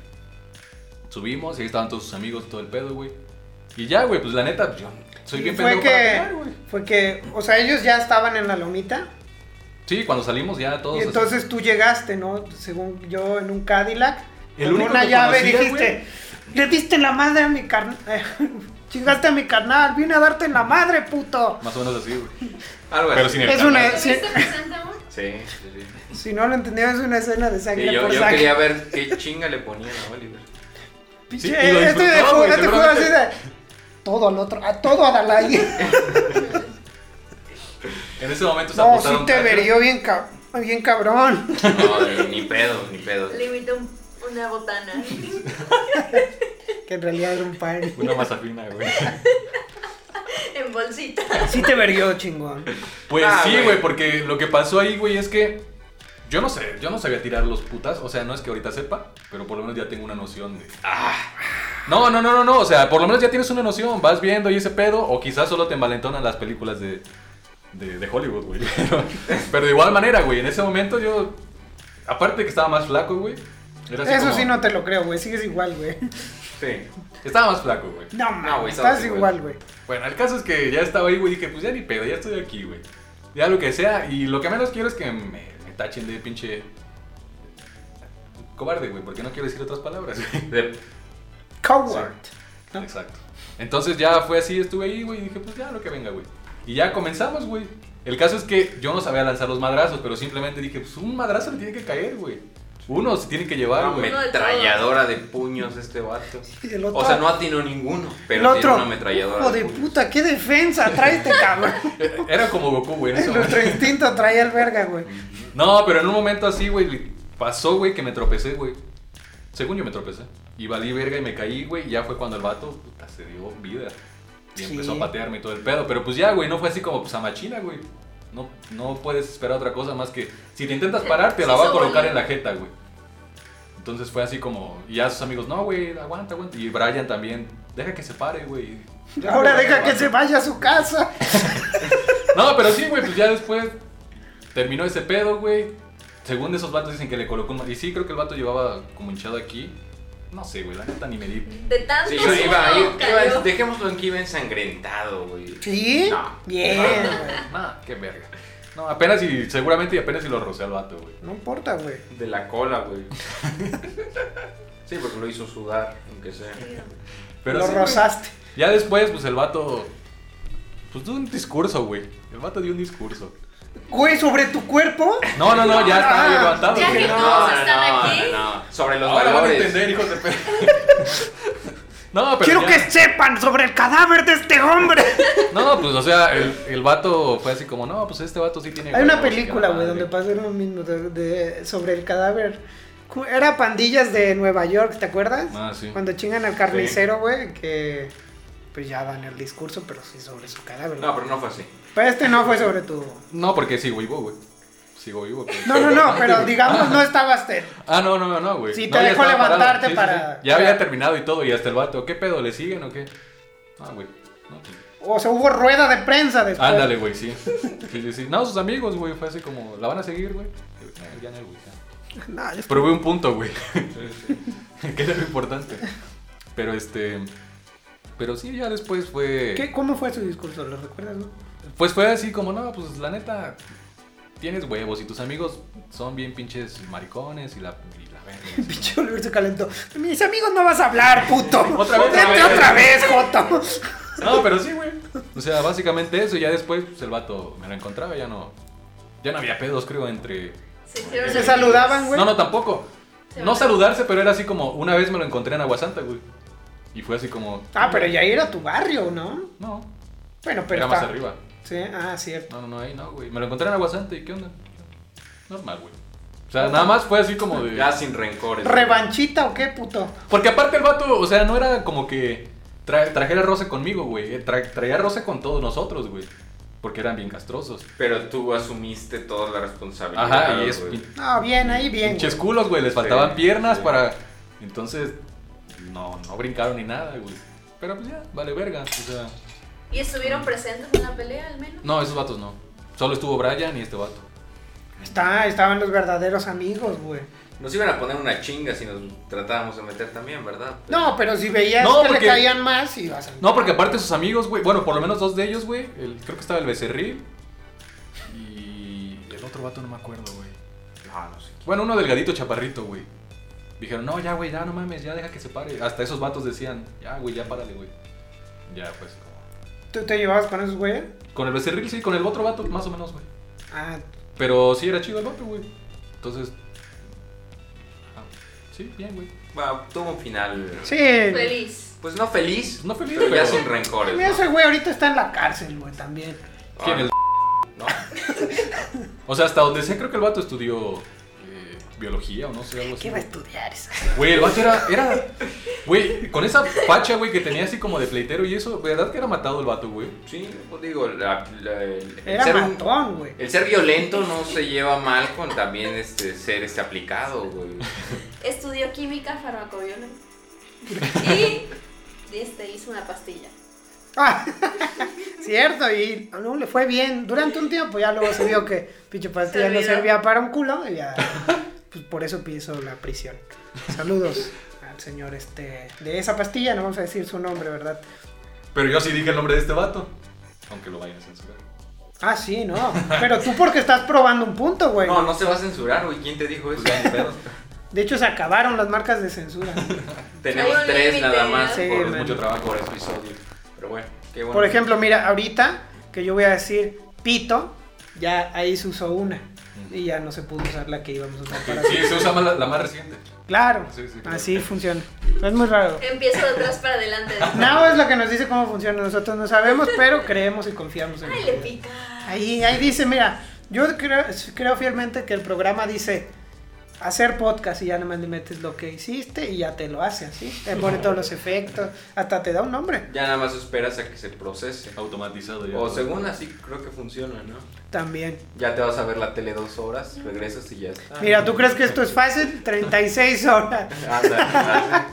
Subimos y ahí estaban todos sus amigos, todo el pedo, güey. Y ya, güey, pues la neta, pues, yo soy
Y
bien
fue
pendejo
que,
para pelear, güey.
fue que, o sea, ellos ya estaban en la lomita.
Sí, cuando salimos ya todos.
Y
así-
entonces tú llegaste, ¿no? Según yo, en un Cadillac.
El
con
único
una
que
llave
conocía,
dijiste, le diste la madre a mi carnal. [laughs] Chingaste a mi carnal, vine a darte en la madre, puto.
Más o menos así, güey.
Algo
Pero
así.
sin el
Es
canal.
una... Si,
¿Estuviste presente, amor?
Sí, sí, sí.
si no lo entendieron, es una escena de
Sí,
sangre
yo,
por
yo
sangre.
quería ver qué chinga le ponían a Oliver.
Pinche,
Sí, y lo
este
disfrutó,
juego-
güey,
este juego así de...
seguramente. Pues
Todo al otro, a todo a
[laughs]
Dalai.
En ese momento se
no, sí
apostaron
te
cachos.
verió bien, ca- bien cabrón. [laughs]
No, ni, ni pedo, ni pedo.
Le invito un- una botana. [laughs]
que en realidad era un pan.
Una mazafina, güey.
En bolsita.
Sí te verió, chingón.
Pues
Ah,
sí,
güey.
güey, porque lo que pasó ahí, güey, es que yo no sé, yo no sabía tirar los putas, o sea, no es que ahorita sepa, pero por lo menos ya tengo una noción de...
Ah.
No, no, no, no, no, o sea, por lo menos ya tienes una noción, vas viendo y ese pedo, o quizás solo te envalentonan las películas de, de, de Hollywood, güey. [laughs] Pero, pero de igual manera, güey, en ese momento yo, aparte de que estaba más flaco, güey. era así
Eso
como-
sí no te lo creo, güey. Sigues igual, güey. [laughs]
Sí.
Estaba más flaco, güey.
No,
No, güey,
mames,
estabas
estás
igual.
igual, güey.
Bueno, el caso es que ya estaba ahí, güey, dije, pues ya ni pedo, ya estoy aquí, güey. Ya lo que sea, y lo que menos quiero es que me, me tachen de pinche cobarde, güey, porque no quiero decir otras palabras.
[laughs]
güey.
De-
Coward. ¿No?
Exacto. Entonces ya fue así, estuve ahí, güey, y dije, pues ya lo que venga, güey. Y ya comenzamos, güey. El caso es que yo no sabía lanzar los madrazos, pero simplemente dije, pues un madrazo le tiene que caer, güey. Uno se tiene que llevar,
Una
güey.
ametralladora de puños este vato.
Y el otro-
O sea, no atinó ninguno,
el
pero tiene
otro.
una ametralladora.
Hijo de
puños.
puta, qué defensa trae este cabrón.
[laughs] Era como Goku, güey.
[laughs]
en ese momento.
Nuestro instinto trae el verga, güey.
No, pero en un momento así, güey, le- pasó, güey, que me tropecé, güey. Según yo me tropecé. Y valí verga y me caí, güey. Y ya fue cuando el vato puta, se dio vida. Y
Sí.
empezó a patearme y todo el pedo. Pero pues ya, güey, no fue así como pues, a machina, güey. No, no puedes esperar otra cosa más que. Si te intentas parar, te la
Sí,
va a
eso
colocar
vale.
en la jeta, güey. Entonces fue así como. Y ya sus amigos, no, güey, aguanta, aguanta. Y Brian también, deja que se pare, güey. Ya,
Ahora
güey,
deja que
aguanta.
se vaya a su casa.
No, pero sí, güey, pues ya después terminó ese pedo, güey. Según esos vatos dicen que le colocó un... Y sí, creo que el vato llevaba como hinchado aquí. No sé, güey, la neta ni me di.
De tanto
Sí,
suelo
iba, iba-
cayó.
dejémoslo en que iba ensangrentado, güey.
Sí.
No.
Bien, güey.
Nada, qué verga. No, apenas y seguramente y apenas y lo rocé al vato, güey.
No importa, güey.
De la cola,
[laughs]
güey. Sí, porque lo hizo sudar, aunque sea.
Pero
Lo
sí, güey.
rozaste.
Ya después, pues el vato... Pues dio un discurso, güey. El vato dio un discurso.
Güey, sobre tu cuerpo.
No, no, no, ya estaba
Ah,
levantado.
ya
güey.
que todos están aquí.
no. Sobre los
Ahora van a
valores.
entender, hijos de perra. [laughs] No, pero
Quiero
ya-
que sepan sobre el cadáver de este hombre.
No, pues, o sea, el, el vato fue así como, no, pues este vato sí tiene...
Hay una
huevos,
película,
que la
güey,
madre".
donde pasó lo mismo de- de- sobre el cadáver. Cu- Era pandillas de Nueva York, ¿te acuerdas?
Ah, sí.
Cuando chingan al carnicero, güey, que pues ya dan el discurso, pero sí sobre su cadáver.
No,
No,
pero no fue así.
pero este no fue sobre tu.
No, porque sigo vivo, güey. Sigo vivo. pero-
No, no, no,
[laughs]
pero digamos no este, estabas te-
Ah, no, no, no, güey.
Sí,
No,
te
ya
dejó
estaba parado.
levantarte
Sí, sí,
para-
sí. Ya había terminado y todo, y hasta el vato, ¿qué pedo? ¿Le siguen o qué? Ah, güey. No, pues,
O sea, hubo rueda de prensa después.
Ándale, güey, sí. Sí, sí, sí. No, sus amigos, güey, fue así como, ¿la van a seguir, güey? Eh, Ya no, güey. ya.
No, yo-
Probé un punto, güey. [laughs] que era lo importante. Pero este. Pero sí, ya después fue.
¿Qué, ¿Cómo fue su discurso? ¿Lo recuerdas, no? [laughs]
Pues fue así como, no, pues la neta, tienes huevos y tus amigos son bien pinches maricones y la, y la verga.
Pinche Oliver se calentó. Mis amigos no vas a hablar, puto.
Otra vez,
Vete
otra vez.
otra vez, Joto.
No, pero sí, güey. O sea, básicamente eso. Y ya después pues, el vato me lo encontraba, ya no. Ya no había pedos, creo, entre.
Se, hicieron
Se
amigos.
saludaban, güey.
No, no, tampoco.
Se
No
van.
saludarse, pero era así como, una vez me lo encontré en Aguasanta, güey. Y fue así como.
Ah, pero ya era tu barrio, ¿no?
No,
Bueno, pero.
era más
está-
arriba.
Sí, ah, cierto.
No, no, no, ahí no, güey. Me lo encontré en Aguasanta y ¿qué onda? Normal, güey. O sea, nada más fue así como de.
Ya sin rencores. güey.
¿Revanchita o qué, puto?
Porque aparte el vato, o sea, no era como que tra- trajera roce conmigo, güey. eh, tra- traía roce con todos nosotros, güey. Porque eran bien castrosos.
Pero tú asumiste toda la responsabilidad.
Ajá, y es
güey.
pin-
No, bien, ahí bien.
pinches culos, güey. Les faltaban piernas
sí.
para... Entonces, no, no brincaron ni nada, güey. Pero pues ya, vale verga. O sea,
¿Y estuvieron presentes en la pelea al menos?
no, esos vatos no. Solo estuvo Brian y este vato.
Está, estaban los verdaderos amigos, güey.
Nos iban a poner una chinga si nos tratábamos de meter también, ¿verdad?
No, pero si veías
No,
que
porque-
le caían más, ibas a.
No, porque aparte sus amigos, güey. Bueno, por lo menos dos de ellos, güey. el- Creo que estaba el Becerril. Y el otro vato no me acuerdo, güey.
Ah, No, no sé.
Bueno, uno delgadito chaparrito, güey. Dijeron, no, ya, güey, ya, no mames, ya deja que se pare. Hasta esos vatos decían, ya, güey, ya párale, güey. Ya, pues. como-
¿Tú te llevabas con esos güeyes?
Con el becerril, sí, con el otro vato, más o menos, güey.
Ah,
Pero sí era chido el vato, güey. Entonces. ah, sí, bien, güey.
Bueno, tuvo un final.
sí.
Feliz.
Pues no feliz.
Pues no feliz,
pero, ya
pero-
sin rencores.
Mira, ese
¿no? Ah,
güey ahorita está en la cárcel, güey, también.
¿Quién el-
No.
O sea, hasta donde sé, creo que el vato estudió eh, biología o no sé, algo así.
¿Qué va a estudiar esa?
Güey, el vato era, era. Güey, con esa facha, güey, que tenía así como de pleitero y eso, ¿verdad que era matado el vato, güey?
Sí, pues digo, la- la- el, el
Era
ser un-
matón, güey.
el ser violento no se lleva mal con también este ser este aplicado, güey.
Estudió química farmacobiológica. y este, hizo una pastilla.
Ah, [laughs] cierto, y no, le fue bien. Durante un tiempo ya luego se vio que pinche pastilla
Se
no
olvidó.
servía para un culo y ya. Pues por eso piso la prisión. Saludos al señor este de esa pastilla, no vamos a decir su nombre, ¿verdad?
Pero yo sí dije el nombre de este vato. Aunque lo vayan a censurar.
Ah, sí, no. Pero tú porque estás probando un punto, güey.
No, no se va a censurar, güey. ¿Quién te dijo eso?
Pues, De hecho se acabaron las marcas de censura.
Hay
Tenemos
un
tres
límite,
nada
¿no?
más
Sí,
por
man.
mucho trabajo por episodio. Pero bueno, qué bueno.
Por ejemplo, mira, ahorita que yo voy a decir pito, ya ahí se usó una y ya no se pudo usar la que íbamos a usar para
Sí, se usa más la, la más reciente.
Claro,
Sí, sí, claro.
así funciona. Es muy raro.
Empiezo de atrás para adelante.
Nao es la que nos dice cómo funciona, nosotros no sabemos, pero creemos y confiamos en
Ay,
ella.
le pica.
Ahí, ahí dice, mira, yo creo, creo fielmente que el programa dice hacer podcast y ya nada más le metes lo que hiciste y ya te lo hace así. Te pone todos los efectos, hasta te da un nombre
Ya nada más esperas a que se procese.
Automatizado ya.
O según así creo que funciona, ¿no?
también.
Ya te vas a ver la tele dos horas, regresas y ya
[laughs]
está.
Mira, ¿tú crees que esto es fácil? 36 horas.
Anda,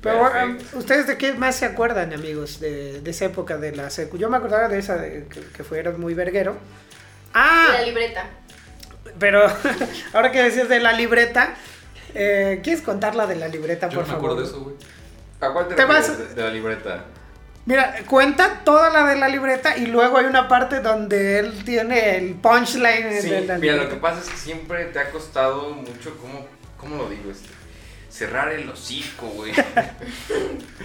Pero bueno,
Perfecto.
¿ustedes de qué más se acuerdan, amigos, de, de esa época de la secu? Yo me acordaba de esa de- que, que fueron muy verguero. Ah,
La libreta.
pero [laughs] ahora que decías de la libreta, eh, ¿quieres contar la de la libreta,
Yo
por
no me
favor?
acuerdo de eso, güey.
¿A cuál te,
Te
refieres
vas-
de- de la libreta?
Mira, cuenta toda la de la libreta y luego hay una parte donde él tiene el punchline. en
Sí,
el- Eh, la
mira,
libreta.
lo que pasa es que siempre te ha costado mucho, ¿cómo, cómo lo digo? Este? Cerrar el hocico,
[laughs]
güey.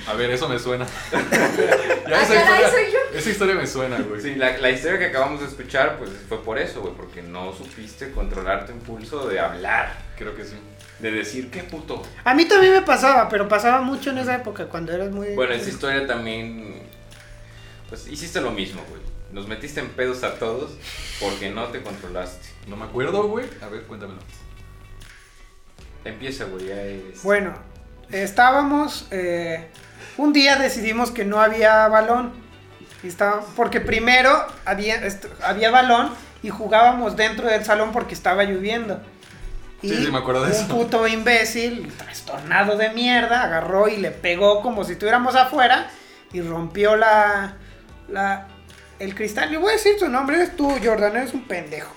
A ver, eso me
[laughs]
suena.
Ah,
esa,
caray,
historia,
soy
esa historia me suena, güey.
Sí, la, la historia que acabamos de escuchar, pues fue por eso, güey, porque no supiste controlar tu impulso de hablar,
Creo que sí.
de decir qué puto.
A mí también me pasaba, pero pasaba mucho en esa época cuando eras muy...
Bueno, esa historia también, pues hiciste lo mismo, güey. Nos metiste en pedos a todos porque no te controlaste.
No me acuerdo, güey. A ver, cuéntamelo.
Empieza, güey, ya es...
Pues, Bueno, estábamos. eh, un día decidimos que no había balón. Y estaba- porque primero había, est- había balón y jugábamos dentro del salón porque estaba lloviendo.
Sí, sí, me acuerdo de
un
eso.
puto imbécil, trastornado de mierda, agarró y le pegó como si estuviéramos afuera y rompió la, la- el cristal. Le voy a decir tu nombre, eres tú, Jordan, eres un pendejo.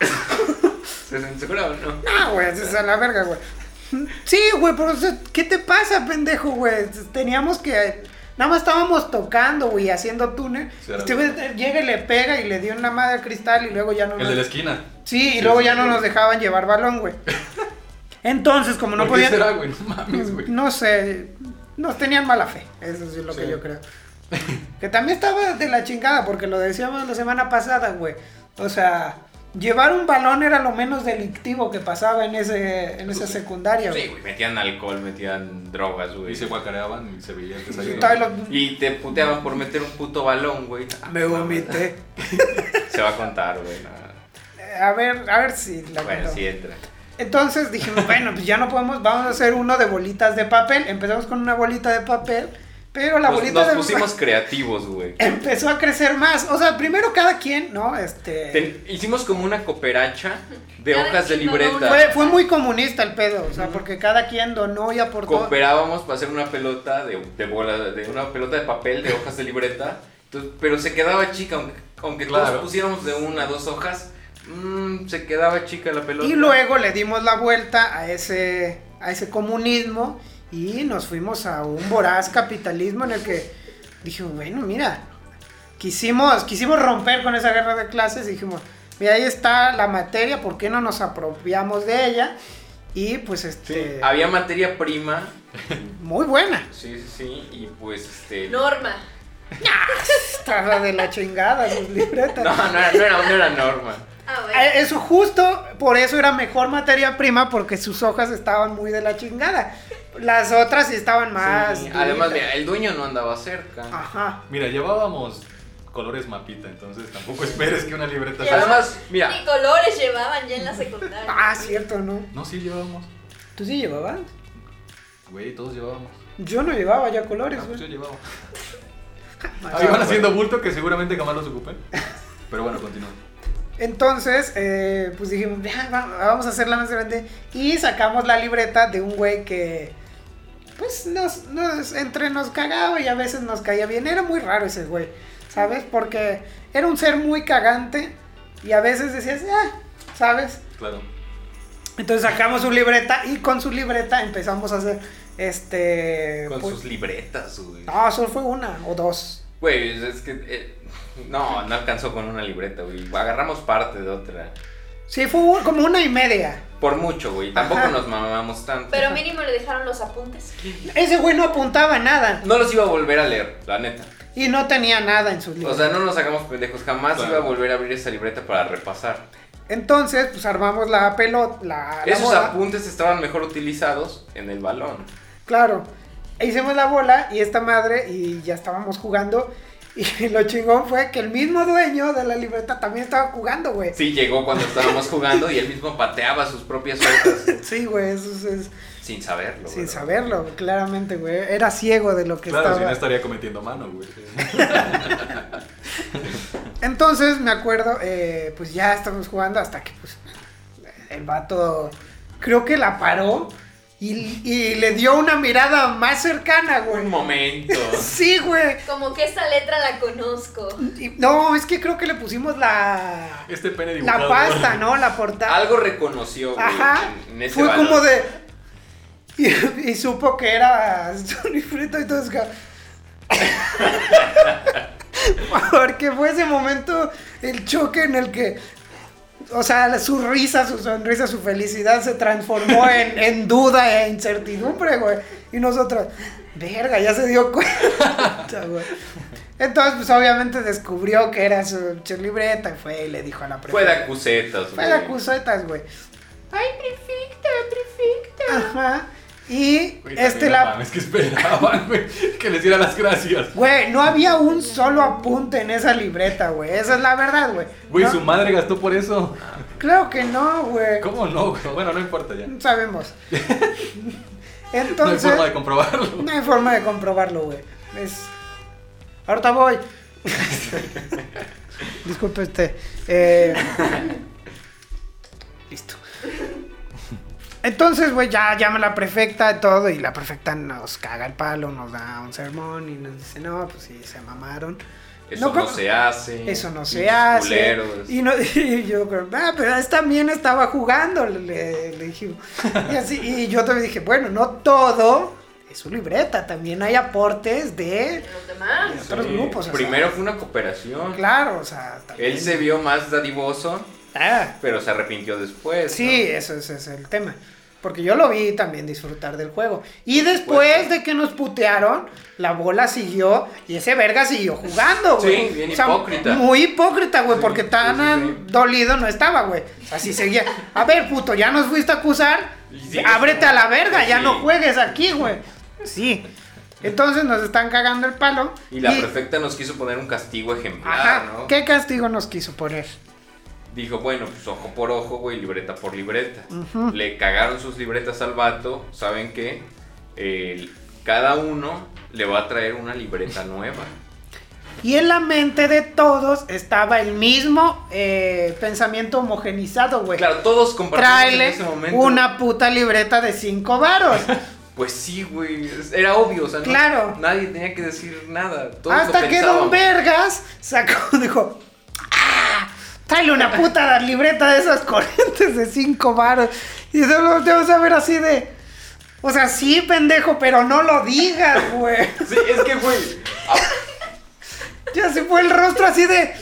¿Se censura o no?
Ah, güey, es a la verga, güey. Sí, güey, pero o sea, ¿qué te pasa, pendejo, güey? Teníamos que. Nada más estábamos tocando, güey, haciendo túnel.
Sí, era
Este güey llega y le pega y le dio una madre al cristal y luego ya no
El
nos.
de la esquina.
Sí, y
Sí,
luego
sí,
ya no
sí.
nos dejaban llevar balón,
[laughs]
güey. Entonces, como no
¿Por qué
podían.
será, güey? No mames, güey.
No sé, nos tenían mala fe, eso sí es lo que yo
[laughs]
creo. Que también estaba de la chingada, porque lo decíamos la semana pasada, güey. O sea, llevar un balón era lo menos delictivo que pasaba en, ese, en esa secundaria,
Sí,
güey.
güey, metían alcohol, metían drogas, güey.
Y se guacareaban y se veía el
Y
desayuno.
todavía lo-
Y te puteaban por meter un puto balón, güey.
[laughs] Me vomité.
Se va a contar, güey. nada.
Eh, A ver, a ver si la
Bueno,
cuento.
sí entra.
Entonces
[laughs]
dijimos, bueno, pues ya no podemos, vamos a hacer uno de bolitas de papel. Empezamos con una bolita de papel, pero la
Pues, Nos,
bolita
nos
de
pusimos creativos, güey.
[laughs] empezó a crecer más. O sea, primero cada quien, ¿no? Este...
Ten- hicimos como una cooperacha de
Cada
hojas de
quien donó
libreta.
Fue, fue muy comunista el pedo, o sea, porque cada quien donó y aportó.
Cooperábamos para hacer una pelota de, de bola, de una pelota de papel de hojas de libreta. Entonces, pero se quedaba chica, aunque, aunque todos
Claro.
pusiéramos de una a dos hojas, mm, se quedaba chica la pelota.
Y luego le dimos la vuelta a ese, a ese comunismo y nos fuimos a un voraz capitalismo en el que dijimos, bueno, mira, quisimos, quisimos romper con esa guerra de clases y dijimos, mira, ahí está la materia, ¿por qué no nos apropiamos de ella? Y pues este,
Había materia prima.
muy buena. [laughs]
Sí, sí, sí. Y pues este.
Norma.
Estaba de la chingada sus libretas.
No, no era, no era, no era norma.
Ah, bueno.
Eh, Eso justo, por eso era mejor materia prima, porque sus hojas estaban muy de la chingada. Las otras sí estaban más.
Sí, Además,
duritas.
mira, el dueño no andaba cerca.
Ajá.
Mira, llevábamos colores mapita, entonces tampoco esperes que una libreta
Llevaba-
sea.
Además, mira.
Ni colores llevaban ya en la secundaria.
Ah, cierto, ¿no?
No, sí llevábamos.
¿Tú sí llevabas?
Güey, todos llevábamos.
Yo no llevaba ya
Ah,
colores,
pues
Pues, güey.
yo llevaba.
[laughs] Ah,
Ahí van haciendo bulto que seguramente jamás los ocupé. Pero bueno, continúa.
Entonces, eh, pues dijimos, "Ya, va- vamos a hacerla más grande. Y sacamos la libreta de un güey que, pues, nos, nos- entre nos cagaba y a veces nos caía bien. Era muy raro ese güey, ¿sabes? Porque era un ser muy cagante y a veces decías, ah, ¿sabes?
Claro.
Entonces sacamos su libreta y con su libreta empezamos a hacer, este...
Con
pues-
sus libretas, güey.
No, solo fue una o dos.
Güey, es que. eh, no, no alcanzó con una libreta, güey. Agarramos parte de otra.
Sí, fue un- como una y media.
Por mucho, güey. Tampoco
Ajá.
nos mamamos tanto.
Pero mínimo le dejaron los apuntes.
Ese güey no apuntaba nada.
No los iba a volver a leer, la neta.
Y no tenía nada en sus
O
libros.
sea, no nos hagamos pendejos. Jamás
Claro.
iba a volver a abrir esa libreta para repasar.
Entonces, pues armamos la pelota, la, la
Esos
bola.
apuntes estaban mejor utilizados en el balón.
Claro. E hicimos la bola y esta madre y ya estábamos jugando. [laughs] Y lo chingón fue que el mismo dueño de la libreta también estaba jugando, güey.
Sí, llegó cuando estábamos jugando y él mismo pateaba sus propias sueltas
Sí, güey, eso es- es-
sin saberlo.
sin
¿verdad?
saberlo, claramente, güey. Era ciego de lo [laughs] que
Claro, si no
estaba.
estaría cometiendo mano,
[laughs]
güey.
Entonces, me acuerdo, eh, pues ya estábamos jugando hasta que, pues, el vato creo que la paró y, y le dio una mirada más cercana, güey.
Un momento.
Sí, güey.
Como que esa letra la conozco.
Y- No, es que creo que le pusimos la...
Este pene dibujado.
La pasta, ¿no? La portada.
Algo reconoció, güey.
Ajá.
en- en ese
Fue
balón.
como de. Y, y supo que era su libreta y todo eso. [laughs] Porque fue ese momento, el choque en el que. O sea, la- su risa, su sonrisa, su felicidad se transformó
[laughs]
en, en duda e incertidumbre, güey. Y nosotros, verga, ya se dio cuenta, [laughs] güey. Entonces, pues obviamente descubrió que era su, su libreta y fue y le dijo a la
Fue de
prefecta.
acusetas,
Fue de acusetas, Pues güey.
Ay, perfecto, perfecto.
Ajá. Y
[laughs] Güey,
este
también, no
la.
mames, que esperaban, güey, [laughs] que les diera las gracias.
Güey, no había un solo apunte en esa libreta, güey. Esa es la verdad, güey.
Güey,
No,
su madre gastó por eso.
Claro que no, güey.
¿Cómo no, güey? Bueno, no importa ya.
No
[laughs]
sabemos.
No hay
Entonces.
forma de comprobarlo.
[laughs] no hay forma de comprobarlo, güey. Es. Ahorita voy. Disculpe este. eh, Listo. Entonces, güey, ya llama la prefecta y todo, y la prefecta nos caga el palo, nos da un sermón y nos dice, no, pues sí, se mamaron.
Eso
No,
no,
creo-
se hace.
Eso no se
Pinches
hace.
culeros.
Y, no, [laughs] y yo, ah, pero esta también estaba jugando, le, le- le dije. Y, así, y yo también dije, bueno, no todo es su libreta, también hay aportes de
Los demás.
otros
Sí.
grupos. o sea,
Primero fue una cooperación.
Claro, o sea, también-
Él se vio más dadivoso,
Ah,
pero se arrepintió después.
sí,
¿no?
eso ese es el tema. Porque yo lo vi también disfrutar del juego. Y después de que nos putearon, la bola siguió y ese verga siguió jugando,
Sí,
güey.
bien hipócrita.
Muy hipócrita, güey, porque tan
sí, sí.
dolido no estaba, güey. Así seguía. A ver, puto, ya nos fuiste a acusar.
Y sigues
Ábrete a la
jugando.
verga, ya
Sí.
no juegues aquí, güey. Sí. Entonces nos están cagando el palo.
Y la prefecta nos quiso poner un castigo ejemplar,
Ajá,
¿no?
¿qué castigo nos quiso poner?
Dijo, bueno, pues ojo por ojo, güey, libreta por libreta. Le cagaron sus libretas al vato. ¿Saben qué? El- cada uno le va a traer una libreta nueva.
Y en la mente de todos estaba el mismo eh, pensamiento homogenizado, güey.
Claro, todos compartimos en
Tráele
ese momento.
una puta libreta de cinco
[laughs]
varos.
Pues sí, güey. es- Era obvio, o sea, no-
Claro.
nadie tenía que decir nada. Todos lo
Hasta que Don
pensábamos.
Vergas sacó, [laughs] dijo, "Ah, tráele una puta libreta de esas corrientes de cinco varos. Y yo lo volteamos a ver así de, o sea, sí, pendejo, pero no lo digas, güey. [laughs]
Sí, es que, güey.
Ya se fue el rostro así de,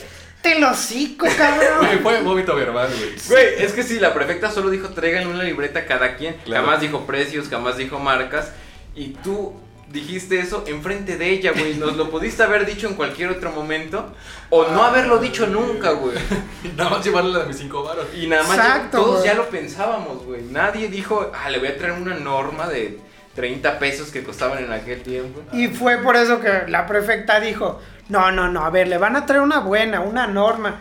te lo cico,
[laughs]
cabrón.
Güey, fue vómito verbal, güey.
Güey, es que si la prefecta solo dijo tráiganle una libreta a cada quien,
Claro.
jamás dijo precios, jamás dijo marcas, y tú dijiste eso enfrente de ella, güey. Nos lo pudiste haber dicho en cualquier otro momento, o no
Ah.
haberlo dicho nunca, güey.
Nada más llevarle la de mis cinco varos.
Y nada más
Exacto,
todos
güey.
ya lo pensábamos, güey. Nadie dijo, ah, le voy a traer una norma de 30 pesos que costaban en aquel tiempo.
Y fue por eso que la prefecta dijo, no, no, no, a ver, le van a traer una buena, una norma.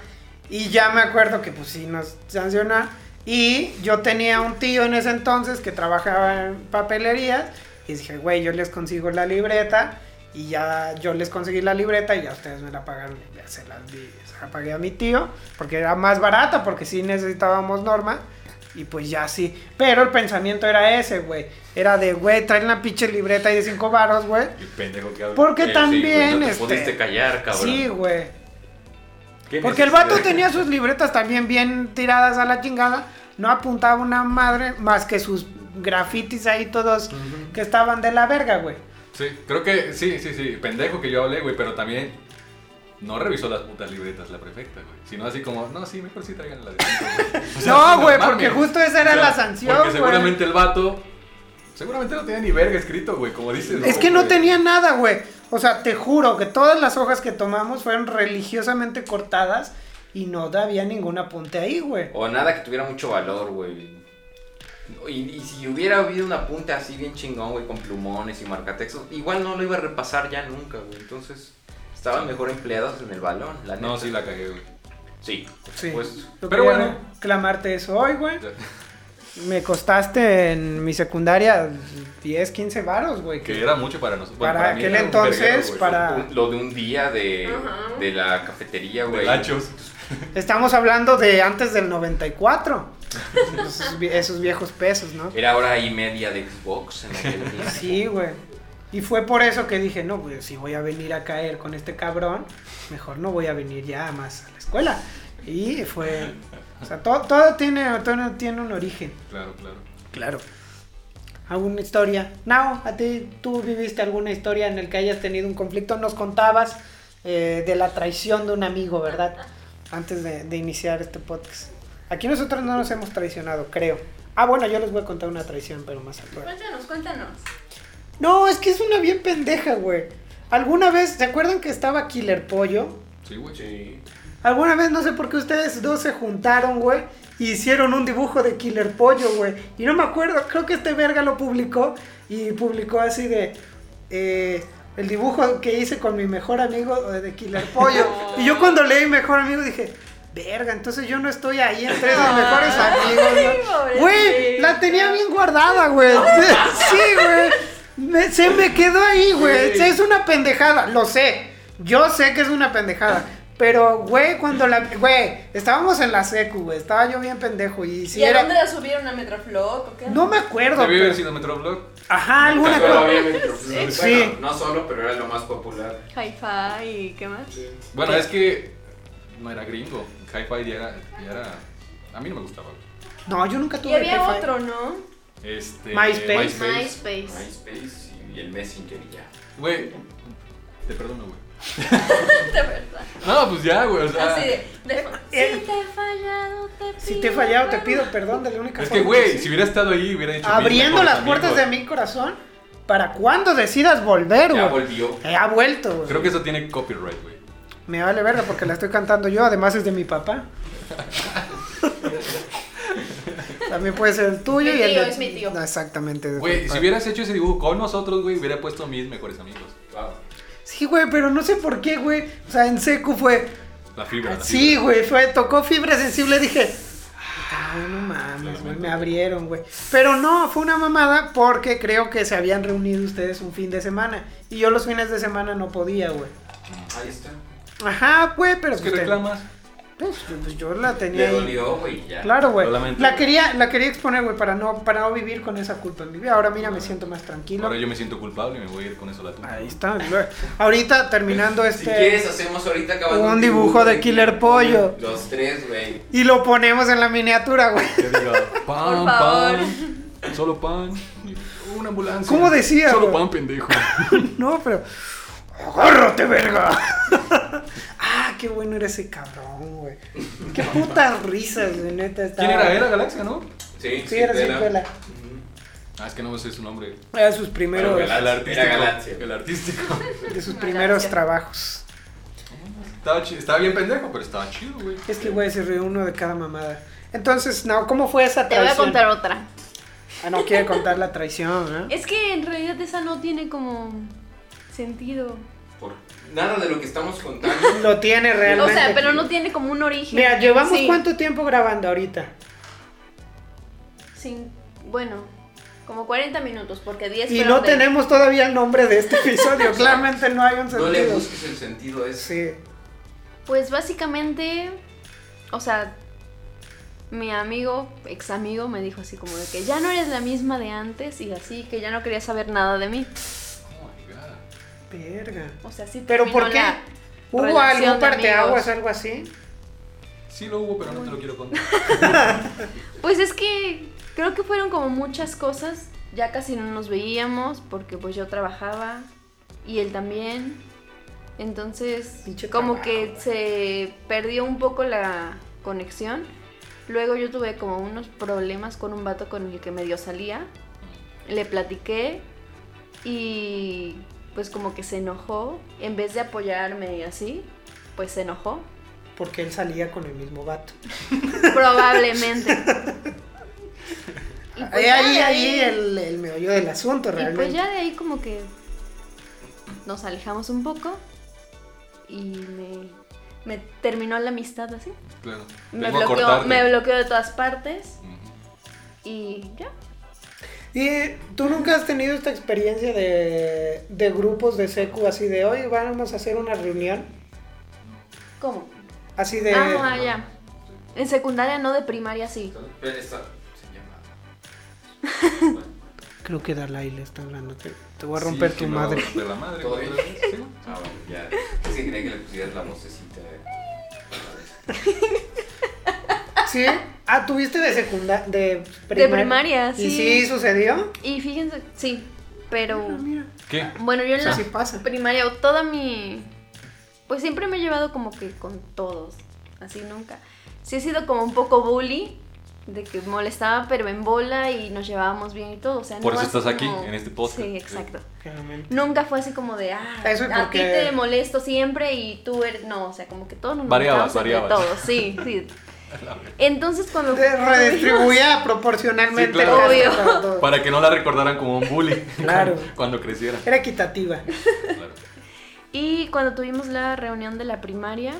Y ya me acuerdo que pues sí nos sancionaron. Y yo tenía un tío en ese entonces que trabajaba en papelerías. Y dije, güey, yo les consigo la libreta. Y ya yo les conseguí la libreta y ya ustedes me la pagaron. Ya se las di, se la pagué a mi tío. Porque era más barata, porque sí necesitábamos norma. Y pues ya sí. Pero el pensamiento era ese, güey. Era de, güey, traen una pinche libreta ahí de cinco varos, güey.
Y pendejo que habla.
Porque
Eh, sí, güey,
también,
no te
este,
pudiste callar, cabrón.
Sí, güey.
¿Qué
Porque el vato
necesidad?
tenía sus libretas también bien tiradas a la chingada. No apuntaba una madre más que sus grafitis ahí todos que estaban de la verga, güey.
Sí, creo que sí, sí, sí. Pendejo que yo hablé, güey, pero también no revisó las putas libretas la prefecta, güey. Sino así como, no, sí, mejor sí traigan la de cinco, güey. O
[laughs]
sea,
No,
sí,
güey,
mames.
porque justo esa era
O sea,
la sanción,
Porque
güey.
seguramente el vato Seguramente no tenía ni verga escrito, güey, como dices.
Es que no
güey.
tenía nada, güey. O sea, te juro que todas las hojas que tomamos fueron religiosamente cortadas y no había ningún apunte ahí, güey.
O nada que tuviera mucho valor, güey. Y, y si hubiera habido un apunte así bien chingón, güey, con plumones y marcatextos, igual no lo iba a repasar ya nunca, güey. Entonces, estaban mejor empleados en el balón, la neta.
No, sí la cagué, güey.
Sí, por
Sí.
supuesto.
Yo
Pero
quería
bueno.
Clamarte eso hoy, güey. Me costaste en mi secundaria 10, 15 varos, güey.
Que era mucho para nosotros.
Para
mí
aquel
era un
entonces,
verguero, güey.
para-
Un- lo de un día de,
Ajá.
de la cafetería,
De
güey.
Lachos.
Estamos hablando de antes del 94. esos, vie- Pues, esos viejos pesos, ¿no?
Era hora y media de Xbox en
[laughs]
aquel día.
Sí, güey. Y fue por eso que dije, no, güey, si voy a venir a caer con este cabrón, mejor no voy a venir ya más a la escuela. Y fue... O sea, todo, todo, tiene, todo tiene un origen.
Claro, claro.
Claro. ¿Alguna historia? Nao, ¿a ti tú viviste alguna historia en el que hayas tenido un conflicto? Nos contabas eh, de la traición de un amigo, ¿verdad? Antes de, de iniciar este podcast. Aquí nosotros no nos hemos traicionado, creo. Ah, bueno, yo les voy a contar una traición, pero más al rato.
Cuéntanos, cuéntanos.
No, es que es una bien pendeja, güey. ¿Alguna vez, ¿se acuerdan que estaba Killer Pollo?
Sí, güey.
Sí.
Alguna vez, no sé por qué ustedes dos se juntaron, güey, y hicieron un dibujo de Killer Pollo, güey. Y no me acuerdo, creo que este verga lo publicó y publicó así de. eh, el dibujo que hice con mi mejor amigo eh, de Killer Pollo.
No.
Y yo cuando leí mejor amigo dije. Verga, entonces yo no estoy ahí entre los mejores amigos. ¿no?".
Ay,
Güey,
pobrecito.
la tenía bien guardada, güey. [laughs] Sí, güey. Me- se me quedó ahí, güey.
Güey.
Es una pendejada, lo sé. Yo sé que es una pendejada. Pero, güey, cuando la. Güey, estábamos en la secu, güey. Estaba yo bien pendejo. Y si
¿Y a
era.
dónde la subieron a Metroflog? o qué?
No me acuerdo.
Debe haber
pero-
sido Metroblog.
Ajá, alguna
Pero
cosa.
obviamente, bueno,
Sí.
no solo, pero era lo más popular.
Hi-Fi y qué más.
Bueno, es que no era gringo. Hi-Fi ya era, ya era. A mí no me gustaba. güey.
No, yo nunca tuve
Y había
jefa, eh.
otro, ¿no?
Este.
MySpace.
MySpace.
MySpace y el Messenger y ya.
Güey. Te perdono,
[laughs]
güey.
De verdad.
No, pues ya, güey. O sea,
Así de. de-
Eh.
si te he fallado, te pido.
Si te he fallado, te
perdón.
pido perdón de la única
es que,
forma
güey,
sí.
si hubiera estado ahí, hubiera dicho.
Abriendo las puertas de mi corazón para cuando decidas volver,
Ya
güey.
volvió.
Eh, ha vuelto, güey.
Creo que eso tiene copyright, güey.
Me vale verga porque la estoy cantando yo, además es de mi papá. También puede ser el tuyo
Mi
y el
tío,
de-
es mi tío.
No, exactamente. de tu
Güey, si
papá.
hubieras hecho ese dibujo con nosotros, güey, hubiera puesto a mis mejores amigos.
Wow.
Sí, güey, pero no sé por qué, güey. O sea, en seco fue.
La fibra. la
Sí,
fibra.
güey, fue, tocó fibra sensible, dije. Ay, no mames, güey, me abrieron, güey. Pero no, fue una mamada porque creo que se habían reunido ustedes un fin de semana. Y yo los fines de semana no podía, güey.
Ahí está.
Ajá, güey, pero
Es que
usted-
reclamas.
pues, yo- pues yo la tenía
Le
ahí.
dolió, güey, ya.
Claro, güey.
Lo lamento,
La
güey.
quería, la quería exponer, güey, para no, para no vivir con esa culpa en mi vida. Ahora mira, me siento más tranquilo.
Ahora yo me siento culpable y me voy a ir con eso a la tumba.
Ahí está. güey. Ahorita terminando
Si
este.
quieres, hacemos ahorita acabando
Un dibujo de Killer Pollo.
Los tres, güey.
y lo ponemos en la miniatura, güey. [laughs]
Que [laughs] diga,
Por
pan,
favor.
pan, solo pan, y una ambulancia.
¿Cómo decía,
Solo
güey?
pan, pendejo.
No, pero. ¡Agárrate, verga! [laughs] ah, qué bueno era ese cabrón, güey. Qué putas risas, güey, neta.
¿Quién
estaba-
era? ¿Era Galaxia, no?
Sí,
Sí, era
Cipela.
Cipela.
Ujú.
Ah, es que no sé su nombre.
Era sus primeros,
Pero Galaxia.
el artístico.
Era Galaxia.
El artístico.
de sus primeros
Galaxia.
trabajos.
estaba, chi- estaba bien pendejo, pero estaba chido, güey.
Es que, güey, se rió uno de cada mamada. Entonces, no, ¿cómo fue esa
Te voy
traición?
a contar otra.
Ah, no quiere contar la traición, ¿eh?
Es que en realidad esa no tiene como sentido.
Por nada de lo que estamos contando.
[laughs] Lo tiene realmente.
O sea, pero no tiene como un origen.
Mira, llevamos
Sí.
cuánto tiempo grabando ahorita.
Sin- bueno, como 40 minutos, porque 10
Y
fueron
no
de-
tenemos todavía el nombre de este
[laughs]
episodio. Claramente no hay un
No le
sentido.
busques el sentido a eso.
sí.
Pues básicamente, o sea, mi amigo, ex amigo, me dijo así como de que ya no eres la misma de antes y así que ya no quería saber nada de mí.
Oh my god.
Verga.
O sea, sí.
¿Pero por
terminó
qué?
la-
¿Hubo
relación
algún
de
parteaguas,
amigos.
algo así?
Sí lo hubo, pero no te lo quiero contar.
Pues es que creo que fueron como muchas cosas. Ya casi no nos veíamos porque pues yo trabajaba y él también. Entonces
Pinche
como
trabajo,
que
güey.
se perdió un poco la conexión. Luego yo tuve como unos problemas con un vato con el que medio salía. le platiqué y pues como que se enojó, en vez de apoyarme y así, pues se enojó,
Porque él salía con el mismo vato. [laughs]
Pues probablemente. Y pues
ahí,
ya
ahí,
de
ahí el, el meollo del asunto,
Y pues
realmente.
ya de ahí como que nos alejamos un poco y me, me terminó la amistad así.
Claro.
Me
Vengo a
bloqueó,
cortarte.
me bloqueó de todas partes
Ujú.
y ya.
¿Y tú nunca has tenido esta experiencia de, de grupos de secu así de hoy vamos a hacer una reunión?
¿Cómo?
Así de...
ah, ah, ya. En secundaria no, de primaria sí.
Esta se llama.
Creo que Dalai le está hablando. Te, te voy a romper
Sí,
tu
que me va a
madre.
romper la madre.
¿Todo
güey.
bien?
Sí.
Ah, bueno, ya. Es que quería que le pusieras la vocecita. eh.
¿Sí? Ah, ¿tuviste de secundaria? De,
De primaria,
¿Y
sí.
sí sucedió?
Y fíjense, sí, pero...
¿Qué?
Bueno, yo en
Eso
la
sí pasa.
primaria o toda mi... Pues siempre me he llevado como que con todos, así nunca. Sí he sido como un poco bully, de que molestaba pero en bola y nos llevábamos bien y todo. O sea,
Por
no
eso
así
estás aquí,
como-
en este podcast.
Sí, exacto.
Claramente.
Nunca fue así como de, ah,
Eso es
a ti
porque-
te molesto siempre y tú eres... No, o sea, como que todos nos
Variabas,
molestábamos entre
variabas.
todos, sí,
[laughs]
sí. Entonces cuando...
Te redistribuía proporcionalmente.
Sí, claro.
el gasto
Obvio.
para todos.
Para que no la recordaran como un bully
Claro.
cuando, [laughs] cuando creciera.
Era equitativa.
Claro.
Y cuando tuvimos la reunión de la primaria,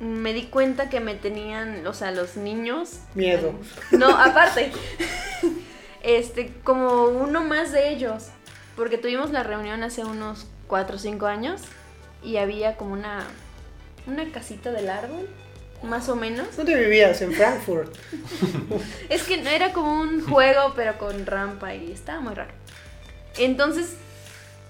me di cuenta que me tenían, o sea, los niños.
Miedo.
No, aparte. [laughs] este, como uno más de ellos. Porque tuvimos la reunión hace unos 4 o 5 años y había como una, una casita del árbol, más o menos.
¿Dónde vivías? En Frankfurt.
Es que no era como un juego, pero con rampa y estaba muy raro. Entonces,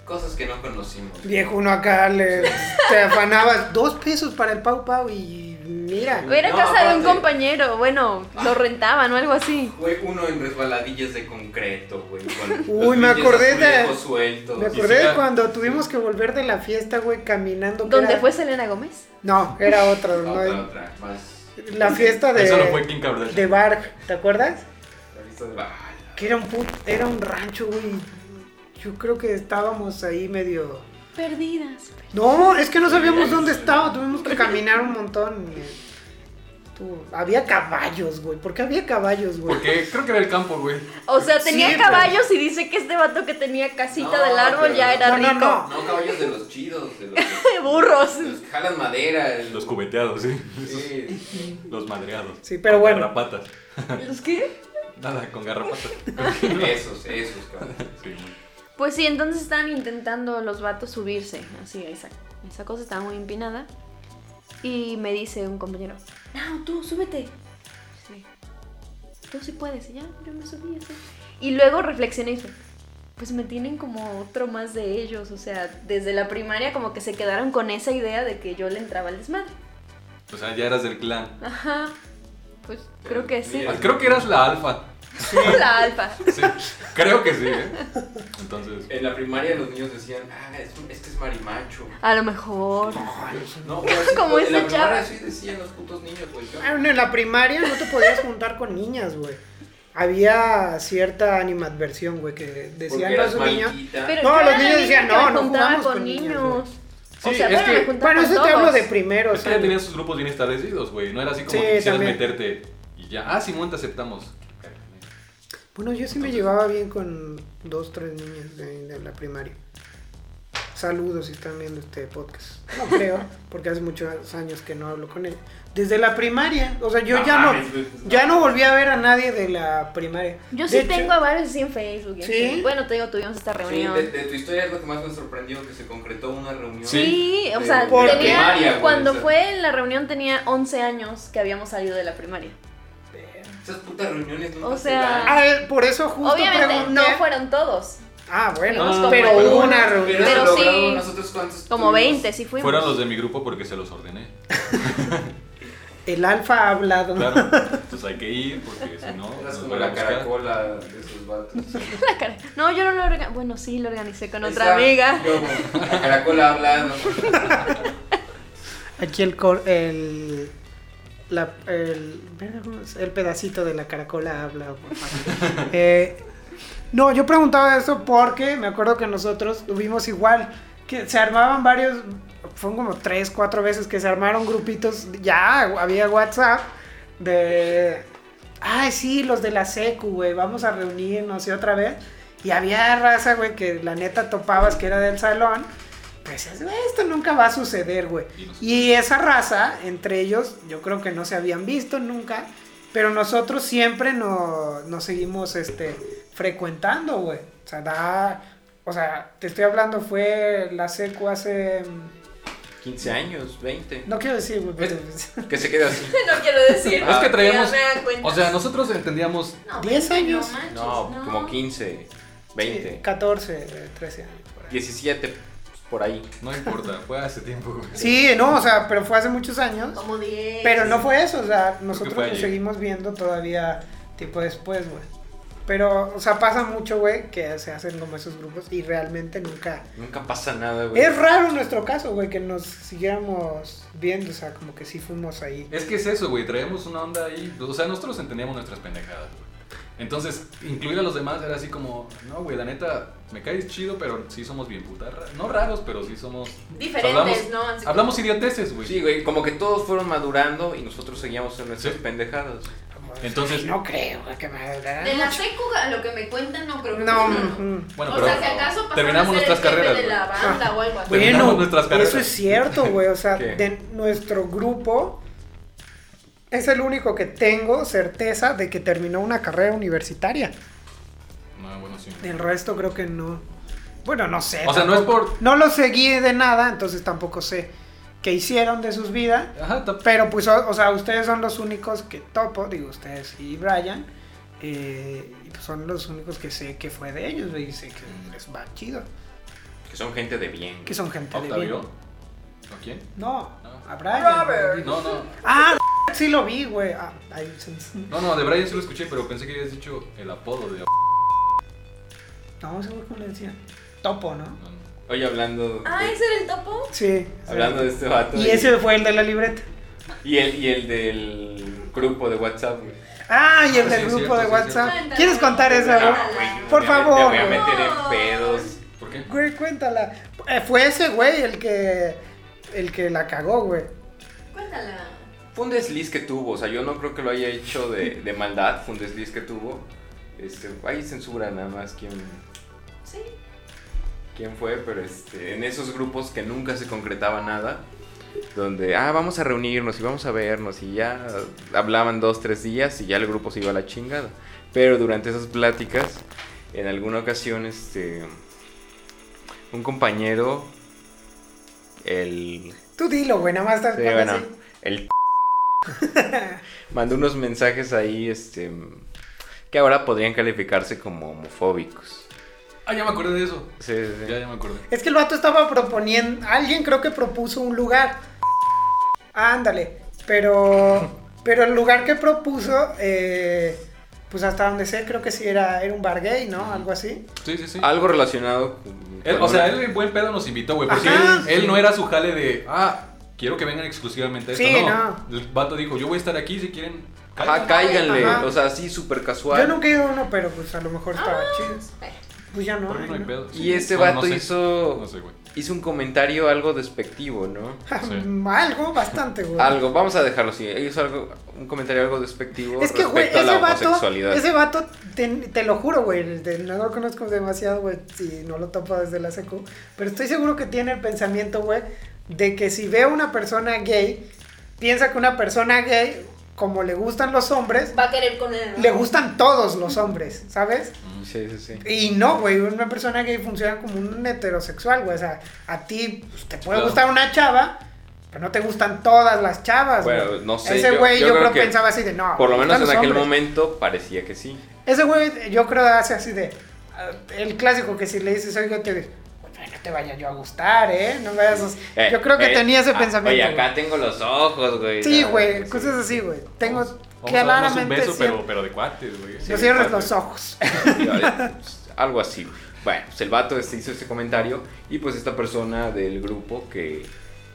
Cosas que no conocimos.
Viejo uno acá le te afanabas dos pesos para el Pau Pau y mira.
era
No,
casa de un
aparte-
compañero, bueno, lo rentaban o algo así.
Fue uno en resbaladillas de concreto, güey.
[laughs]
con
Uy,
los
me
pinches
acordé de-
azulejos sueltos.
Me acordé de cuando tuvimos que volver de la fiesta, güey, caminando. que
¿Dónde
era-
fue Selena Gómez?
No, era otro.
ah, Otra,
no,
otra, más.
La fiesta de,
Eso no fue Kim Kardashian.
de Barg, ¿te acuerdas?
La vista de- Ah,
Que era un, put- era un rancho, güey. Yo creo que estábamos ahí medio...
Perdidas.
No, es que no sabíamos dónde estaba, tuvimos que caminar un montón. Tú- había caballos, güey. ¿Por qué había caballos, güey?
Porque creo que era el campo, güey.
O sea, tenía
Sí,
caballos y dice que este vato que tenía casita
No,
del árbol
pero-
ya era
No, no,
rico.
no.
No, caballos de los chidos, de los,
De burros.
de los que jalan madera. el-
Los cubeteados, sí.
Sí.
Los madreados.
Sí, pero
Con
bueno.
Garrapatas.
¿Los qué?
Nada, con garrapatas.
Esos, esos, cabrón.
Sí, muy-
Pues sí, entonces estaban intentando los vatos subirse. Así, a esa, a esa cosa estaba muy empinada. Y me dice un compañero, no, tú, súbete. Sí. Tú sí puedes. Y ya, yo me subí. así. Y luego reflexioné y dije, pues me tienen como otro más de ellos. O sea, desde la primaria como que se quedaron con esa idea de que yo le entraba al desmadre.
O sea, ya eras del clan.
Ajá. Pues creo que sí.
Mira.
Creo que eras la alfa.
[laughs] La alfa.
Sí, creo que sí, ¿eh? Entonces.
En la primaria los niños decían, ah, es, un- es que es marimacho.
A lo mejor.
pues,
No, pero así,
Como
en
ese
la
chavo.
primaria sí decían los putos niños, güey. yo-
Ah, bueno, en la primaria no te podías juntar con niñas, güey. Había cierta animadversión, güey, que
Porque
decían
eras
los niños.
mariquita.
Pero
No,
yo era
los
la
niños
niña
decían,
que
"No,
me
no
juntaba
jugamos
con,
con niños,
niños.
Sí,
o sea,
es
bueno, me
que-
juntaba
Bueno,
con
eso te hablo
todos.
de eh. primero, o
Es que ya
sea,
tenías sus grupos bien establecidos, güey. No era así como
Sí,
que quisieras
también.
meterte y ya. Ah, Simón, te aceptamos.
Bueno, yo sí me llevaba bien con dos, tres niñas de, de la primaria. Saludos si están viendo este podcast. No creo, porque hace muchos años que no hablo con él. Desde la primaria, o sea, yo
No
ya no,
mames, güey, pues,
ya
no.
no volví a ver a nadie de la primaria.
Yo
De
sí
hecho,
tengo a varios así en Facebook. y
¿Sí?
así. Bueno, te digo, tuvimos esta
Sí,
reunión.
de, de tu historia es lo que más me sorprendió, que se concretó una reunión.
Sí, o
de-
sea,
de
¿Por
tenía,
qué?
primaria, güey,
cuando
o sea,
fue en la reunión tenía 11 años que habíamos salido de la primaria.
Esas putas reuniones nunca
O
se
sea,
dan.
Ah, eh, por eso justo
Obviamente
pregunté.
no fueron todos,
Ah, bueno,
Fuimos como
pero
en
hubo una
unos,
reunión.
Pero,
Pero
eso lograron
sí.
nosotros cuántos
como
tuvimos?
20 sí fuimos.
Fueron los de mi grupo porque se los ordené.
El alfa ha hablado.
Claro. Entonces hay que ir porque si no.
Eras
nos
como
van a
la
buscar.
caracola de esos vatos.
[laughs] La cara- No, yo no lo organizé. Bueno, sí, lo organicé con
Ahí
otra
está,
amiga. [laughs]
yo como, la caracola hablando.
Aquí el cor- el, la- el, verga, ¿cómo es? el pedacito de la caracola habla. por favor. Eh, No, yo preguntaba eso porque me acuerdo que nosotros tuvimos igual, que se armaban varios, fueron como tres, cuatro veces que se armaron grupitos, ya había WhatsApp de, ay sí, los de la secu, güey, vamos a reunirnos y otra vez. Y había raza, güey, que la neta topabas que era del salón. Pues decías, "Güey, esto nunca va a suceder, güey. Y esa raza, entre ellos, yo creo que no se habían visto nunca. Pero nosotros siempre no- nos seguimos este, frecuentando, güey. O sea, da. O sea, te estoy hablando, fue la secu hace. mm,
15 años, 20.
No quiero decir, güey, pero.
Que se quede así.
No quiero decir.
Es que traíamos.
Ya me dan cuenta.
O sea, nosotros entendíamos.
No,
10
veinte,
años.
manches,
No, como 15, 20,
14, eh, 13 años. por ahí.
17, pues, por ahí.
No importa, fue hace tiempo, güey.
Sí, no, o sea, pero fue hace muchos años.
Como 10.
Pero no fue eso, o sea,
Creo que fue
nosotros nos
ayer.
seguimos viendo todavía tipo después, güey. Pero, o sea, pasa mucho, güey, que se hacen como esos grupos y realmente nunca...
Nunca pasa nada, güey.
Es raro nuestro caso, güey, que nos siguiéramos viendo, o sea, como que sí fuimos ahí.
Es que es eso, güey. Traemos una onda ahí. O sea, nosotros entendíamos nuestras pendejadas, güey. Entonces, incluir a los demás era así como, no, güey, la neta, me caes chido, pero sí somos bien putas. ra- No raros, pero sí somos.
Diferentes,
hablamos,
¿no? Así como-
Hablamos idioteces, güey.
Sí, güey, como que todos fueron madurando y nosotros seguíamos en nuestras
Sí.
pendejadas.
Entonces-
Ay, no creo, güey, que me...
De la secu, a lo que me cuentan, no creo que
No,
pasaron.
mm,
Bueno,
o
pero
sea, si acaso pasaron
terminamos
a ser el
nuestras
jefe
carreras.
de la banda
Ah.
o algo así.
Bueno,
Bueno,
nuestras carreras.
eso es cierto, güey, o
[laughs]
sea,
¿Qué?
de nuestro grupo... Es el único que tengo certeza de que terminó una carrera universitaria.
güey. No, bueno, sí.
El resto creo que no. Bueno, no sé.
O sea, no es
Eh, tampoco-
por-
No lo seguí de nada, entonces tampoco sé qué hicieron de sus vidas.
Ajá, ta-
Pero pues, o, o sea, ustedes son los únicos que topo, digo, ustedes y Brian. eh, y pues son los únicos que sé que fue de ellos, güey, y sé que les va chido.
Que son gente de bien.
Que son gente de
¿Octavio?
bien.
¿O quién?
No,
No.
a Brian. güey.
No, no.
Ah, [laughs] sí lo vi, güey. Ah, ay, se-
No, no, de Brian sí lo escuché, pero pensé que habías dicho el apodo de.
no, ese güey, ¿cómo le decían? Topo, ¿no?
No, no.
Hoy hablando.
Ah,
de-
¿ese era el topo?
Sí.
Hablando de este vato.
Y ese fue el de la libreta.
y el, y el del grupo de WhatsApp, güey.
Ah, y el
Ah,
del
sí, es
grupo
cierto,
de
sí,
WhatsApp.
es cierto.
¿Quieres contar esa,
No,
güey?
Ah, güey,
Por
me-
favor,
Me voy a
güey.
meter en pedos.
¿Por qué?
Güey, cuéntala. Eh, fue ese güey el que el que la cagó, güey.
Cuéntala.
Fue un desliz que tuvo, o sea, yo no creo que lo haya hecho de, de maldad, fue un desliz que tuvo. Este, ahí censura nada más quién,
Sí.
quién fue, pero este, en esos grupos que nunca se concretaba nada, donde, ah, vamos a reunirnos y vamos a vernos, y ya hablaban dos, tres días y ya el grupo se iba a la chingada. Pero durante esas pláticas, en alguna ocasión, este, un compañero, el
Tú dilo, güey, nada más estás
Sí,
cuando
bueno,
así.
el [laughs] mandó unos mensajes ahí, este, que ahora podrían calificarse como homofóbicos.
Ah, ya me acordé de eso.
Sí, sí, sí.
Ya, ya me acordé.
Es que el vato estaba proponiendo, alguien creo que propuso un lugar. Ándale, pero pero el lugar que propuso eh, pues hasta donde sé, creo que sí era era un bar gay, ¿no? Algo así.
Sí, sí, sí.
Algo relacionado. con-
Él- o
con
sea,
una-
él en buen pedo nos invitó, güey. Porque
Ajá.
él, él no era su jale de, ah, quiero que vengan exclusivamente a esto.
Sí,
no. El vato dijo, yo voy a estar aquí si quieren.
Ajá,
caigan".
cáiganle.
Ajá.
O sea, sí, súper casual.
Yo nunca he ido a uno, pero pues a lo mejor estaba chido. Pues ya no.
Porque no
ay,
hay
no. [laughs]
pedo.
Y este
No, no
vato
sé.
hizo,
No sé, güey.
hizo un comentario algo despectivo, ¿no?
Sí.
Algo bastante, güey.
Algo, vamos a dejarlo así. Hizo algo, un comentario algo despectivo
Es que, güey,
respecto a
ese
la
vato,
homosexualidad.
ese vato, te, te lo juro, güey, el de- no lo conozco demasiado, güey, si no lo topo desde la secu, pero estoy seguro que tiene el pensamiento, güey, de que si ve a una persona gay, piensa que una persona gay, como le gustan los hombres,
Va a querer con él.
le gustan todos los hombres, ¿sabes?
Sí, sí, sí.
Y no, güey, una persona gay funciona como un heterosexual, güey, o sea, a ti pues, te puede
Claro.
gustar una chava. Pero no te gustan todas las chavas, güey.
Bueno, no sé,
Ese
yo-
güey yo,
yo creo
creo
que
pensaba así de no.
Por lo
me gustan
menos en
los
aquel
hombres".
momento parecía que sí.
Ese güey, yo creo hace así de. ah, El clásico que si le dices, oiga, te dice, "Oye, no te vaya yo a gustar, ¿eh? No me vayas a...
Eh,
Yo creo que
eh,
tenía ese
ah,
pensamiento.
Oye, acá
güey.
tengo los ojos, güey.
Sí,
Ah,
güey,
sí.
cosas así, güey. Tengo
Vamos- vamos a darnos un
claramente.
beso,
cierto-
pero, pero de cuates, güey.
no cierres
sí,
los ojos.
pues, Algo así. güey. Bueno, pues el vato este hizo este comentario y pues esta persona del grupo que,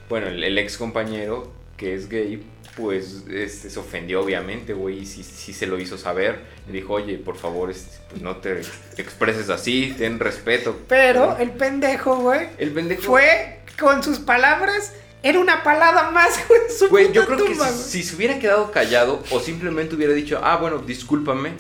bueno, el, el ex compañero que es gay, pues este, se ofendió obviamente, güey, y sí, sí se lo hizo saber. Le dijo, oye, por favor, este, pues, no te expreses así, ten respeto.
Pero el pendejo, güey,
el pendejo
fue con sus palabras. Era una palada más, [laughs] güey. en su
Güey, yo
puta
creo que
tumba, güey.
si, si se hubiera quedado callado o simplemente hubiera dicho, ah, bueno, discúlpame,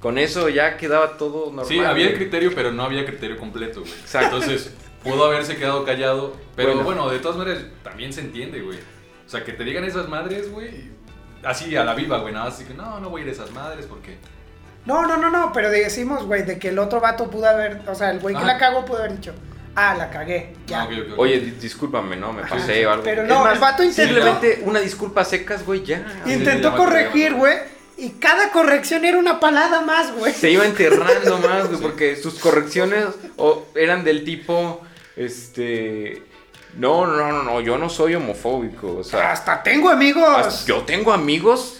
con eso ya quedaba todo normal.
Sí, había el
güey.
criterio, pero no había criterio completo, güey.
Exacto.
Entonces, pudo haberse quedado callado, pero bueno.
Bueno.
de todas maneras, también se entiende, güey. O sea, que te digan esas madres, güey, así a la viva, güey, nada más así que, no, no voy a ir a esas madres porque...
No, no, no, no, pero decimos, güey, de que el otro vato pudo haber, o sea, el güey que
Ah.
la cagó pudo haber dicho, ah, la cagué, ya.
No, ok, ok, ok.
Oye, di- discúlpame, ¿no? Me pasé Ah, o algo.
Pero
Es
no,
más,
el vato intentó-
Simplemente una disculpa a secas, güey, ya.
Intentó
ya me acordé,
corregir,
ya
güey, y cada corrección era una palada más, güey.
Se iba
[laughs]
enterrando más, güey, porque sus correcciones o, eran del tipo, este... No, no, no, no, yo no soy homofóbico, o sea...
Hasta tengo amigos.
hasta- yo tengo amigos,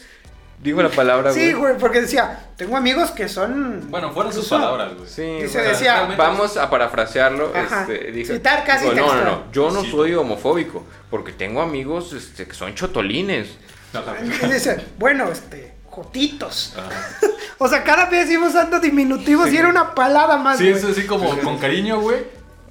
digo la palabra,
sí, güey, porque decía, tengo amigos que son...
Bueno, fueron sus
incluso- [laughs]
palabras, güey.
Pues Sí,
Y se
o sea,
decía-
realmente-
Vamos a parafrasearlo.
Ajá.
Este, dijo-
Citar casi
dijo, no, no,
textual.
no, yo no
Sí.
soy homofóbico, porque tengo amigos este, que son chotolines.
No, tampoco.
Y dice, bueno, este, jotitos.
Ajá.
[laughs] O sea, cada vez iba usando diminutivos y era una palada más,
Sí,
güey.
es así como con cariño, güey.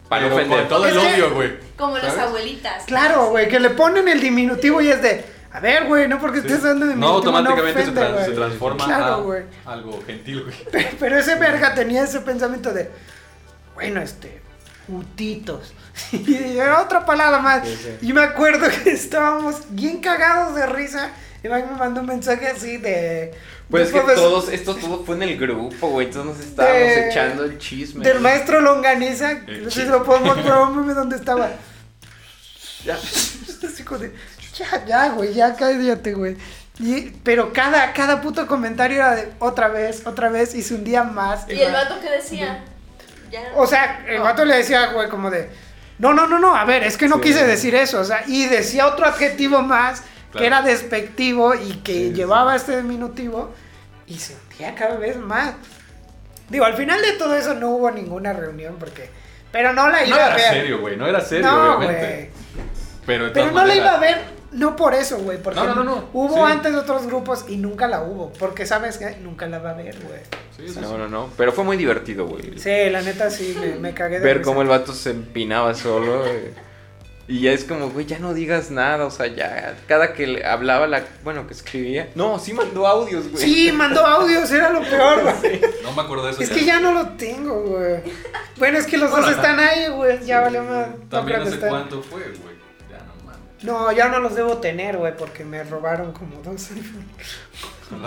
Para
Pero
ofender.
con todo el
Es que-
odio, güey.
Como las
¿Sabes?
abuelitas.
Claro, güey, que le ponen el diminutivo y es de, a ver, güey, no porque estés dando
No,
diminutivo.
automáticamente se,
ofende,
tran-
güey".
se transforma
Claro,
a
güey.
algo gentil, güey.
[laughs] Pero ese verga tenía ese pensamiento de, bueno, este, putitos. [laughs] Y era otra palabra más. Y me acuerdo que estábamos bien cagados de risa. Y Mike me mandó un mensaje así de.
Pues es que
tipo de-
todos, esto todo fue en el grupo, güey. Entonces nos estábamos
De-
echando el chisme.
Del maestro
Eh,
Longaniza,
El
no sé si lo
[laughs]
podemos poner un meme donde estaba. [laughs]
Ya.
Así como de, ya, ya, güey, ya cállate, güey. Y- pero cada, cada puto comentario era de otra vez, otra vez, y se hundía más.
¿Y el
más.
vato que decía? Ya.
O sea, el vato le decía, güey, como de, no, no, no, no, a ver, es que no quise decir eso, o sea, y decía otro adjetivo más que
Claro.
era despectivo y que llevaba este diminutivo y se hundía cada vez más. Digo, al final de todo eso no hubo ninguna reunión porque, pero no la iba
No
a
era
ver.
serio, güey. No era serio,
no,
obviamente.
güey.
Pero, de
Pero
todas
no la
maneras-
iba a ver, no por eso, güey, porque
No, no, no, no,
hubo
sí.
antes otros grupos y nunca la hubo, porque sabes que nunca la va a ver, güey.
Sí, sí, sí.
No, no, no. Pero fue muy divertido, güey.
Sí, la neta sí, me, me cagué de
Ver
risa.
cómo el vato se empinaba solo. güey. Y ya es como, güey, ya no digas nada. O sea, ya. Cada que le hablaba, la, bueno, que escribía. No, sí mandó audios, güey.
Sí, mandó audios, era lo peor, güey.
No me acuerdo de eso.
Es que ya no lo tengo, güey. Bueno, es que los dos están ahí, güey. Ya vale más.
También no sé cuánto fue, güey. Ya no mames.
No, ya no los debo tener, güey, porque me robaron como dos iPhones.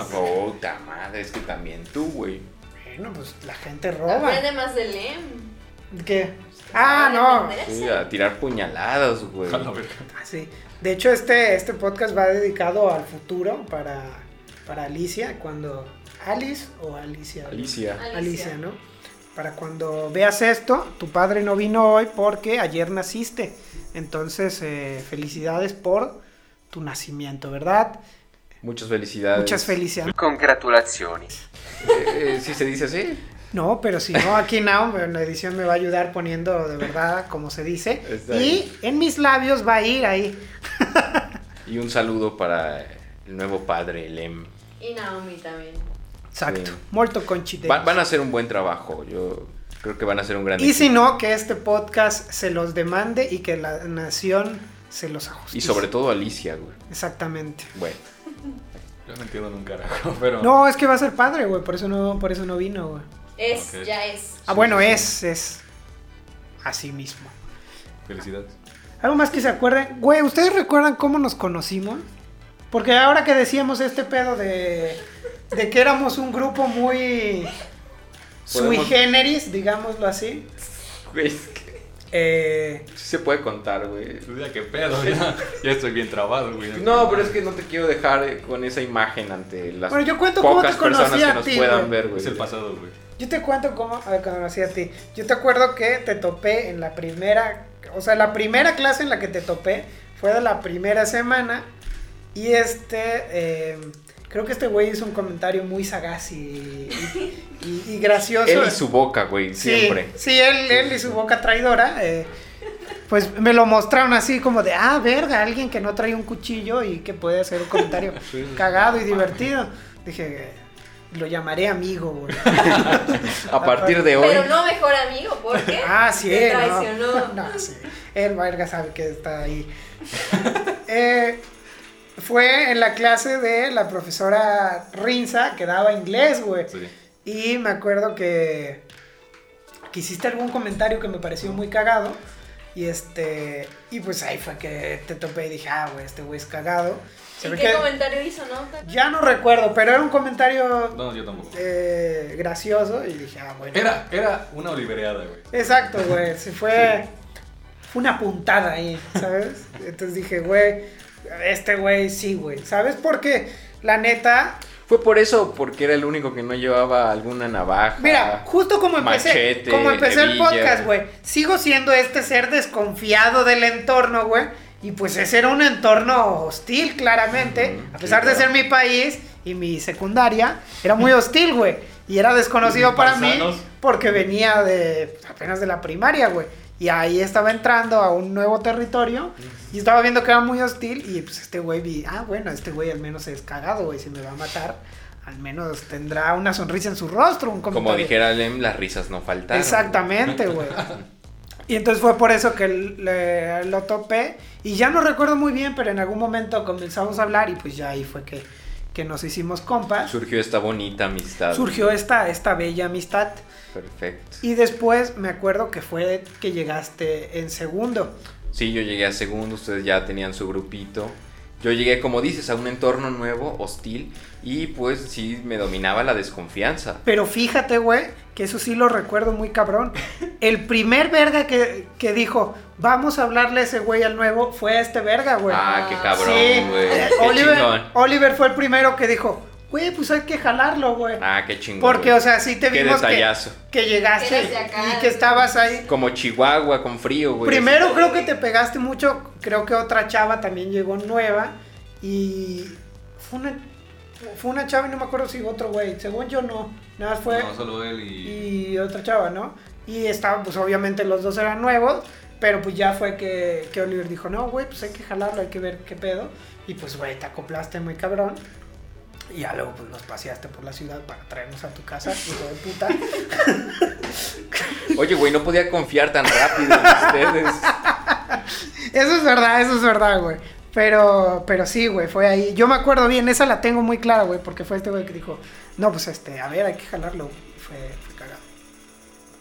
[laughs]
Puta madre, es que también tú, güey.
Bueno, pues la gente roba.
Aprende más de Lem.
¿Qué? Ah, no.
Sí, a tirar puñaladas, güey.
A la verga.
Ah, sí. De hecho, este, este podcast va dedicado al futuro para, para Alicia, cuando... Alice o Alicia.
Alicia.
Alicia, ¿no? Para cuando veas esto, tu padre no vino hoy porque ayer naciste. Entonces, eh, felicidades por tu nacimiento, ¿verdad?
Muchas felicidades.
Muchas felicidades.
Eh, eh, sí se dice así.
No, pero si no, [laughs] aquí Now en la edición me va a ayudar poniendo de verdad como se dice.
Está
Y
bien.
en mis labios va a ir ahí.
Y un saludo para el Em. nuevo padre, Lem.
Y Naomi también.
Exacto.
Sí.
Molto conchite.
Va- van a hacer un buen trabajo. Yo creo que van a hacer un gran
Y si
equipo.
no, que este podcast se los demande y que la nación se los ajuste.
Y sobre todo Alicia, güey.
Exactamente.
Bueno,
Yo no entiendo nunca, [laughs] carajo, pero...
No, es que va a ser padre, güey. Por eso no, por eso no vino, güey.
Es,
Ok.
ya es.
Ah, bueno, es, es así mismo.
Felicidades.
Algo más que se acuerden. Güey, ¿ustedes recuerdan cómo nos conocimos? Porque ahora que decíamos este pedo de, de que éramos un grupo muy sui
Podemos-
generis, digámoslo así,
güey, es que
eh,
sí se puede contar, güey.
Tú diga, qué pedo, ya, ya estoy bien trabado, güey.
No, pero es que no te quiero dejar eh, con esa imagen ante las
Bueno, yo cuento cómo
pocas
te conocí
personas
a
que nos
ti,
puedan
güey.
ver, güey.
Es el pasado, güey.
Yo te cuento cómo eh, conocí a ti. Yo te acuerdo que te topé en la primera, o sea, la primera clase en la que te topé fue de la primera semana. Y este, eh, creo que este güey hizo un comentario muy sagaz y, y- y gracioso.
Él y su boca, güey,
Sí,
siempre.
Sí, él, él y su boca traidora. eh, pues me lo mostraron así como de, ah, verga, alguien que no trae un cuchillo y que puede hacer un [laughs] comentario cagado y divertido. Dije, lo llamaré amigo, güey.
A partir de hoy.
Pero no mejor amigo, ¿por qué?
[laughs] Ah, sí,
Te
él, ¿no?
traicionó.
[laughs] No, sí. Él, verga, sabe que está ahí. [laughs] Eh, fue en la clase de la profesora Rinza que daba inglés, güey.
Sí.
Y me acuerdo que, que hiciste algún comentario que me pareció muy cagado. Y este. Y pues ahí fue que te topé y dije, ah, güey, este güey es cagado. Se
¿Y
ve
qué
que-
comentario hizo, no?
ya no recuerdo, pero era un comentario
No, yo tampoco.
eh, gracioso. Y dije, ah, bueno.
Era, era una olivereada, güey.
Exacto, güey. Se fue. Fue una puntada ahí, ¿sabes? Entonces dije, güey, este güey sí, güey. ¿Sabes? Porque la neta.
Fue por eso, porque era el único que no llevaba alguna navaja.
Mira, justo como empecé,
Machete,
como empecé el
hebilla.
podcast, güey. Sigo siendo este ser desconfiado del entorno, güey. Y pues ese era un entorno hostil, claramente.
Ujú,
a pesar
sí,
de ser
claro.
mi país y mi secundaria, era muy hostil, güey. Y era desconocido
Ujú,
para mí
paisanos.
porque venía de pues, apenas de la primaria, güey. Y ahí estaba entrando a un nuevo territorio y estaba viendo que era muy hostil y pues este güey vi, ah, bueno, este güey al menos es cagado, güey, si me va a matar, al menos tendrá una sonrisa en su rostro, un
Como
comentario.
dijera Lem, las risas no faltaron.
Exactamente, güey. Y entonces fue por eso que le- lo topé. Y ya no recuerdo muy bien, pero en algún momento comenzamos a hablar y pues ya ahí fue que, que nos hicimos compas.
Surgió esta bonita amistad.
Surgió esta, esta bella amistad.
Perfecto.
Y después me acuerdo que fue que llegaste en segundo.
Sí, yo llegué a segundo, ustedes ya tenían su grupito. Yo llegué, como dices, a un entorno nuevo, hostil, y pues sí me dominaba la desconfianza.
Pero fíjate, güey, que eso sí lo recuerdo muy cabrón. El primer verga que, que dijo, vamos a hablarle a ese güey al nuevo, fue este verga, güey.
ah, qué cabrón,
Sí.
güey.
Eh, [laughs]
Qué
Oliver,
chingón.
Oliver fue el primero que dijo, güey, pues hay que jalarlo, güey.
Ah, qué chingón.
Porque,
güey.
o sea, sí te
Qué
vimos que,
detallazo.
que llegaste
Eres de acá.
y que estabas ahí.
Como Chihuahua con frío, güey.
Primero creo que te pegaste mucho, creo que otra chava también llegó nueva y fue una, fue una chava y no me acuerdo si otro güey, según yo no, nada más fue
No, solo él y.
y otra chava, ¿no? Y estaban, pues obviamente los dos eran nuevos, pero pues ya fue que, que Oliver dijo, no, güey, pues hay que jalarlo, hay que ver qué pedo. Y pues, güey, te acoplaste muy cabrón. Y ya luego, pues nos paseaste por la ciudad para traernos a tu casa, hijo de puta.
Oye, güey, no podía confiar tan
[laughs]
rápido en ustedes.
[laughs] Eso es verdad, eso es verdad, güey. Pero, pero sí, güey, fue ahí. Yo me acuerdo bien, esa la tengo muy clara, güey, porque fue este güey que dijo, no, pues este, a ver, hay que jalarlo. güey". Y Fue, fue cagado.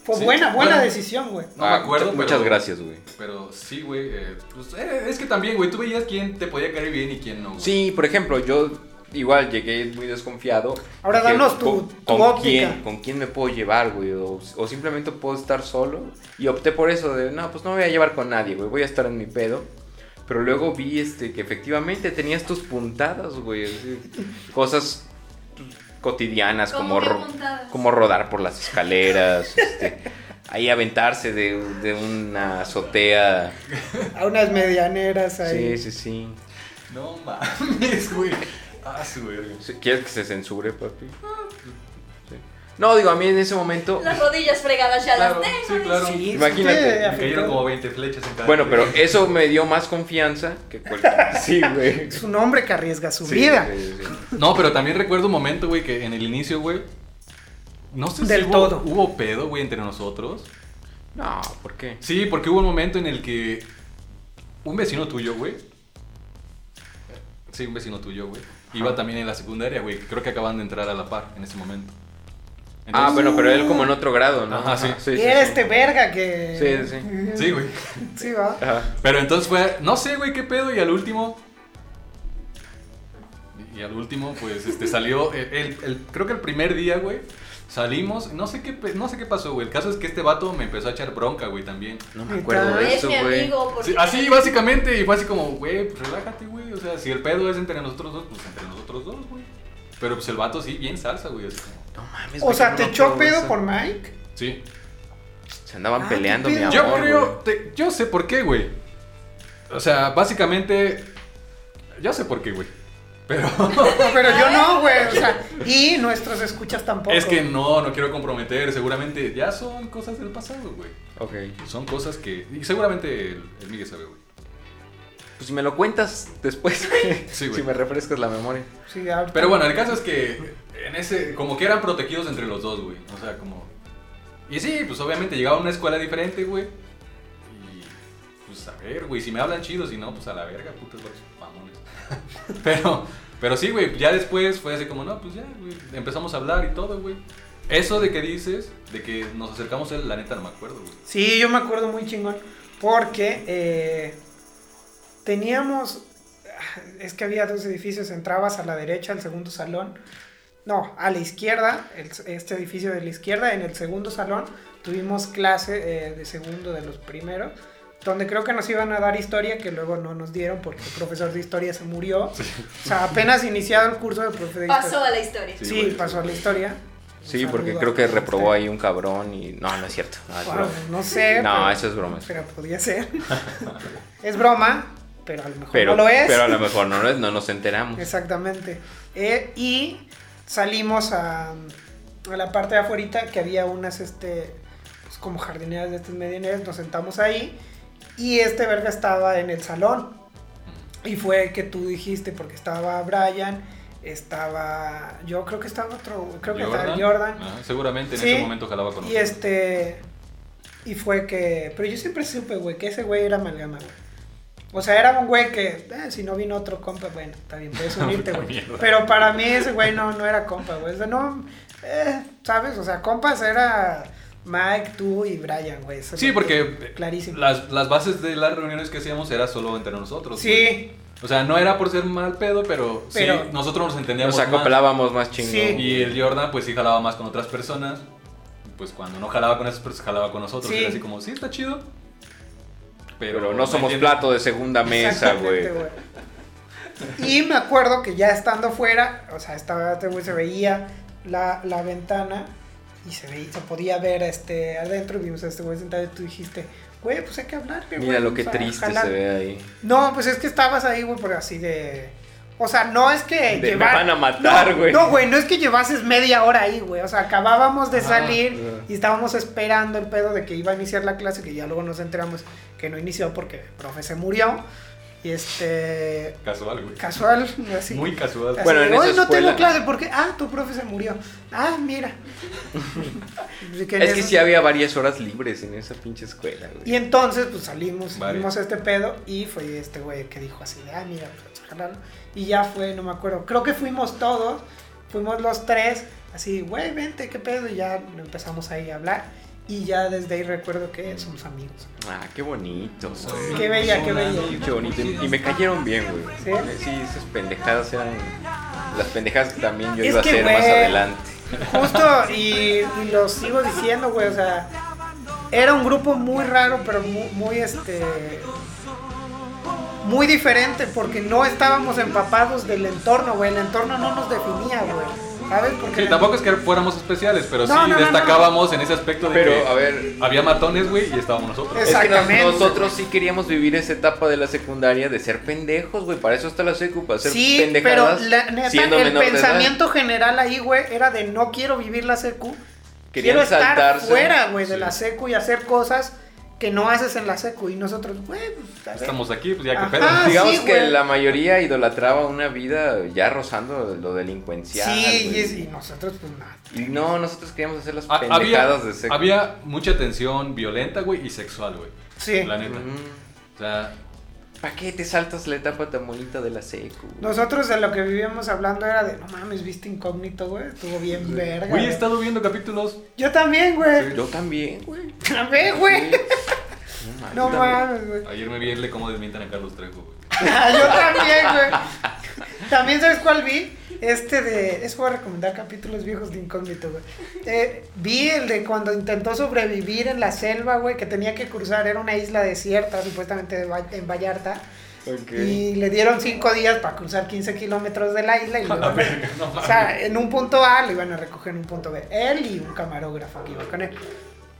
Fue
Sí,
buena, buena
bueno.
decisión, güey.
No
Ah,
me acuerdo,
Muchas
pero-
gracias, güey.
Pero sí, güey. eh, pues, eh, es que también, güey, tú veías quién te podía caer bien y quién no. güey.
Sí, por ejemplo, yo igual llegué muy desconfiado.
Ahora
Dije,
danos tu-
¿con-
tu
¿con
óptica?
quién, ¿Con quién me puedo llevar, güey? O, o simplemente puedo estar solo. Y opté por eso de, no, pues no me voy a llevar con nadie, güey. Voy a estar en mi pedo. Pero luego vi este, que efectivamente tenías tus puntadas, güey. así, cosas cotidianas
¿Cómo
como,
qué
ro-
puntadas?
como rodar por las escaleras. este, ahí aventarse de, de una azotea.
A unas medianeras ahí.
Sí, sí, sí.
No mames, güey. Ah, su verga.
Sí, ¿Quieres que se censure, papi? Sí. No, digo, a mí en ese momento.
Las rodillas fregadas ya
Claro,
las tengo.
sí, claro.
Sí,
Imagínate,
sí,
me
Me cayeron
afectó.
como 20 flechas en cada.
Bueno, pero eso me dio más confianza que cualquier. [laughs] Sí, güey.
Es un hombre que arriesga su
Sí,
vida.
sí, sí.
No, pero también recuerdo un momento, güey, que en el inicio, güey. No sé
Del
si hubo,
todo.
hubo pedo, güey, entre nosotros.
No, ¿por qué?
Sí, porque hubo un momento en el que un vecino tuyo, güey. Sí, un vecino tuyo, güey. Iba también en la secundaria, güey. Creo que acaban de entrar a la par en ese momento.
Ah, bueno, pero él como en otro grado, ¿no?
Ajá, sí.
y era este verga que.
Sí, sí.
Sí, güey.
Sí, va.
Ajá.
Pero entonces fue, no sé, güey, qué pedo. Y al último. Y al último, pues, este, salió. [laughs] El, el- el- creo que el primer día, güey. Salimos. No sé qué, pe- no sé qué pasó, güey. El caso es que este vato me empezó a echar bronca, güey, también.
No me acuerdo
Pero
de
Es
eso,
mi
güey.
amigo, porque...
Sí, así, básicamente, y fue así como, güey, pues relájate, güey. O sea, si el pedo es entre nosotros dos, pues entre nosotros dos, güey. Pero pues el vato sí, bien salsa, güey. así como,
No mames,
O
güey,
sea,
no
te
me
echó
acuerdo de
pedo
eso.
por Mike.
sí.
Se andaban
Ah,
peleando,
qué
mi
pedo.
amor.
Yo creo,
güey.
te- yo sé por qué, güey. O sea, básicamente, yo sé por qué, güey. Pero
No, pero yo no, güey. O sea, y nuestros escuchas tampoco.
es que no, no quiero comprometer. Seguramente ya son cosas del pasado, güey.
Ok.
Son cosas que. Y seguramente el, el Miguel sabe, güey.
Pues si me lo cuentas después, güey.
Sí,
[laughs]
güey.
si me refrescas la memoria.
Sí, ahorita-
Pero bueno, el caso es que en ese, como que eran protegidos entre los dos, güey. O sea, como. Y sí, pues obviamente llegaba a una escuela diferente, güey. Y pues a ver, güey, si me hablan chido, si no, pues a la verga, putos los mamones. [laughs] Pero, pero sí, güey, ya después fue así como, no, pues ya, güey, empezamos a hablar y todo, güey. Eso de que dices, de que nos acercamos a él, la neta no me acuerdo, güey.
Sí, yo me acuerdo muy chingón. Porque eh, teníamos. ah, Es que había dos edificios. Entrabas a la derecha, el segundo salón. No, a la izquierda, el- este edificio de la izquierda, en el segundo salón tuvimos clase eh, de segundo de los primeros, donde creo que nos iban a dar historia, que luego no nos dieron porque el profesor de historia se murió. O sea, apenas iniciado el curso del profesor de
Pasó
historia.
a la historia.
Sí,
güey.
pasó a la historia.
Sí,
Un
porque
saludo
creo
a-
que reprobó ahí un cabrón y. No, no es cierto. No, es
Wow,
broma.
no sé.
No,
pero-
eso es broma.
Pero podría ser. [laughs] es broma, pero a lo mejor
Pero,
no lo es.
pero a lo mejor no, lo es, no nos enteramos.
Exactamente. Eh, y salimos a, a la parte de afuera que había unas, este, pues como jardineras de estas medianeras, nos sentamos ahí y este verga estaba en el salón. Y fue que tú dijiste, porque estaba Brian, estaba, yo creo que estaba otro, creo que estaba Jordan.
Ajá, ah, seguramente en
Sí.
ese momento jalaba con
Y
nosotros.
este. Y fue que. Pero yo siempre supe, güey, que ese güey era amalgama, güey. O sea, era un güey que. "Ah, si no vino otro compa, bueno, está bien,
[laughs]
puedes unirte, güey.
mierda.
Pero para mí ese güey no, no era compa, güey. O sea, no. eh, ¿Sabes? O sea, compas era Mike, tú y Brian, güey. Eso
Sí,
lo tengo
porque
Clarísimo.
las, las bases de las reuniones que hacíamos era solo entre nosotros. güey.
Sí,
O sea, no era por ser mal pedo, pero,
Pero-
sí, nosotros nos entendíamos.
Nos
más.
acoplábamos más chingón.
Sí.
Y el Jordan, pues sí jalaba más con otras personas. Pues cuando no jalaba con esas personas, jalaba con nosotros.
Sí.
Era así como, sí, está chido.
Pero,
Pero,
no somos
entiendo.
plato de segunda mesa, güey.
Exactamente, güey. Y me acuerdo que ya estando fuera, o sea, estaba este güey, se veía la, la ventana y se veía, se podía ver este adentro y vimos a este güey sentado y tú dijiste, güey, pues hay que hablar, güey.
Mira lo
o
que
sea,
triste
jalar".
se ve ahí.
No, pues es que estabas ahí, güey, por así de. O sea, no es que
De, "Me van a matar,
No,
güey".
No, güey, no es que llevases media hora ahí, güey. O sea, acabábamos de salir
ya.
y estábamos esperando el pedo de que iba a iniciar la clase, que ya luego nos enteramos que no inició porque el profe se murió. Y este.
Casual, güey.
Casual, así.
Muy casual.
así
Bueno, en
de,
esa
"Hoy no
escuela-
tengo clase porque. Ah, tu profe se murió. Ah,
[laughs]
mira. Así en
Es que
eso-
sí había varias horas libres en esa pinche escuela, güey.
y entonces, pues salimos,
Vale.
vimos este pedo y fue este güey que dijo así de, ah, mira, pues vamos a jalarlo". Y ya fue, no me acuerdo, creo que fuimos todos, fuimos los tres, así, güey, vente, qué pedo, y ya empezamos ahí a hablar. Y ya desde ahí recuerdo que somos amigos.
Ah, qué bonito, güey.
Qué bella, qué bella.
Qué bonito. Y me cayeron bien, güey.
¿Sí?
Sí, esas pendejadas eran las pendejadas que también yo
Es
iba a
que,
hacer más
güey.
adelante.
Justo, y, y lo sigo diciendo, güey, o sea, era un grupo muy raro, pero muy, muy, este, muy diferente, porque no estábamos empapados del entorno, güey, el entorno no nos definía, güey, ¿sabes? Porque
Sí, tampoco es que fuéramos especiales,
No,
pero sí
no, no,
destacábamos en ese aspecto de
Pero,
que
a ver,
había matones, güey, y estábamos nosotros.
Es-
Es que nos-
Exactamente.
nosotros sí queríamos vivir esa etapa de la secundaria de ser pendejos, güey. Para eso está la secu, para ser
Sí, pero
pendejadas.
la neta,
siendo
el
menor de edad.
pensamiento general ahí, güey, era de no quiero vivir la secu,
Querían
quiero estar
saltarse.
fuera, güey, de
Sí.
la secu y hacer cosas que no haces en la secu, y nosotros, güey, a ver,
Estamos aquí, pues ya
Ajá,
que pedo.
Ah,
Digamos
sí,
que
güey.
la mayoría idolatraba una vida ya rozando lo delincuencial.
Sí, y,
güey.
es- y nosotros, pues nada.
Y no, nosotros queríamos hacer las
Ha-
pendejadas
Ah, había,
de secu.
había mucha tensión violenta, güey, y sexual, güey.
Sí.
La neta.
Mm.
O sea,
¿Para qué te saltas la etapa tan bonita de la secu? güey?
Nosotros de lo que vivíamos hablando era de, no mames, viste incógnito, güey, estuvo bien verga.
güey, he
güey.
estado viendo capítulos.
Yo también, güey.
Yo también, güey.
[laughs] También, güey. [laughs]
mames.
No
Yo también.
mames, güey. [laughs]
Ayer me vi el de cómo desmientan a Carlos Trejo, güey.
Ah, Yo también, güey. También sabes cuál vi. Este de. Es para recomendar capítulos viejos de incógnito, güey. Eh, vi el de cuando intentó sobrevivir en la selva, güey, que tenía que cruzar. Era una isla desierta, supuestamente de Va- en Vallarta.
Ok.
Y le dieron cinco días para cruzar 15 kilómetros de la
[laughs]
isla. Y luego,
verga, no
o sea, en un punto A le iban a recoger en un punto B. Él y un camarógrafo que iba con él.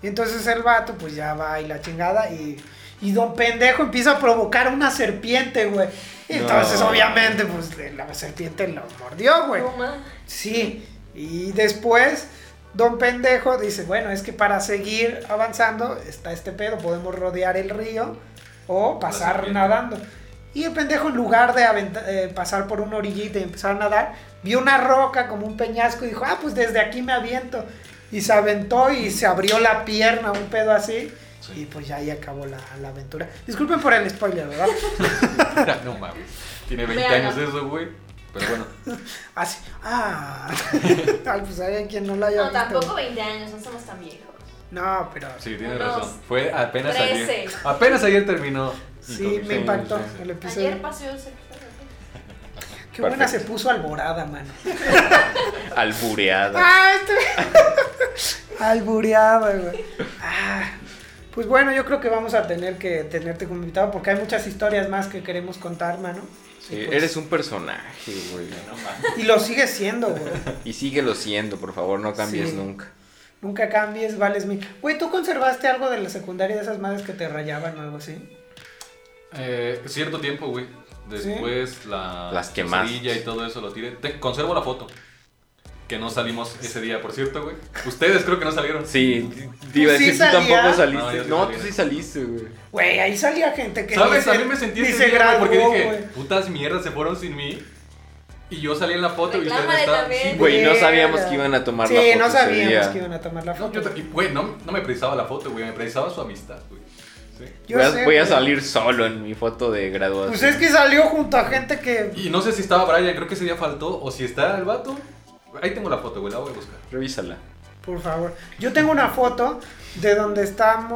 Y entonces el vato, pues ya va y la chingada. Y, y don pendejo empieza a provocar una serpiente, güey. Y entonces,
No.
obviamente, pues la serpiente lo mordió, güey.
No, ma.
Sí, y después Don Pendejo dice, bueno, es que para seguir avanzando está este pedo, podemos rodear el río o pasar
serpiente.
nadando. Y el pendejo en lugar de aventa- eh, pasar por una orillita y empezar a nadar, vio una roca como un peñasco y dijo, ah, pues desde aquí me aviento. Y se aventó y se abrió la pierna, un pedo así. Y pues ya ahí acabó la, la aventura. Disculpen por el spoiler,
[laughs]
¿verdad?
no mames. Tiene 20
Véanlo.
años eso, güey. Pero bueno,
Así.
[laughs]
Ah, Ah, pues hay quien no la haya
No,
visto.
tampoco 20 años, no somos tan viejos.
No, pero
sí, tienes
Unos
razón. Fue apenas
trece.
ayer. Apenas ayer terminó.
Sí, me impactó el episodio.
Ayer pasó el secretario.
Qué buena se puso alborada, mano.
Albureada.
Ah, [laughs] este... Albureada, güey. Ah, pues bueno, yo creo que vamos a tener que tenerte como invitado porque hay muchas historias más que queremos contar, mano.
Sí, Eh,
pues.
eres un personaje, güey.
Y lo sigues siendo, güey.
Y síguelo siendo, por favor, no cambies
Sí.
nunca.
Nunca cambies, vales mi. Güey, ¿tú conservaste algo de la secundaria de esas madres que te rayaban o algo así?
Eh, cierto tiempo, güey. Después la
Las quemaste.
quesadilla y todo eso lo tiré. Te- conservo la foto. Que no salimos ese día, por cierto, güey. Ustedes creo que no salieron.
Sí,
te iba a Tú decir, sí tú tampoco salías.
saliste. No,
No,
yo
tú
sí
sí saliste, güey.
Güey, ahí salía gente que.
¿Sabes?
ni se-
A mí me sentí
ni
ese
se
día, güey, porque
graduó,
dije,
güey.
putas mierdas, se fueron sin mí. Y yo salí en la foto y ustedes no
Reclámale
estaban.
también.
Sí, güey.
Güey, no sabíamos que iban a tomar la
Sí,
foto
no
ese
sabíamos
día.
que iban a tomar la
No,
foto.
yo ta- y, güey, no, no me precisaba la foto, güey. Me precisaba su amistad, güey. Sí.
Yo
voy a,
sé,
voy a
güey.
salir solo en mi foto de graduación.
Pues es que salió junto a gente que
Y no sé si estaba Brian, creo que ese día faltó. O si está el vato. Ahí tengo la foto, güey, la voy a buscar.
[laughs] Revísala.
Por favor. Yo tengo una foto de donde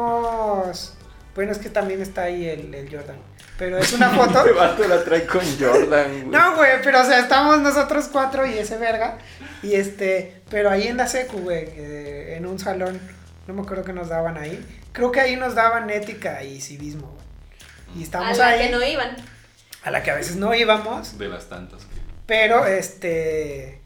estamos. Bueno, es que también está ahí el, el Jordan. Pero es una
[laughs]
foto.
vato la trae con Jordan,
No, güey, pero o sea, estamos nosotros cuatro y ese verga. Y este, pero ahí en la secu, güey, eh, en un salón, no me acuerdo que nos daban ahí. Creo que ahí nos daban ética y civismo, güey. Y
A
estábamos
la
ahí,
que no iban.
a la que a veces no íbamos,
De las tantas que.
pero este,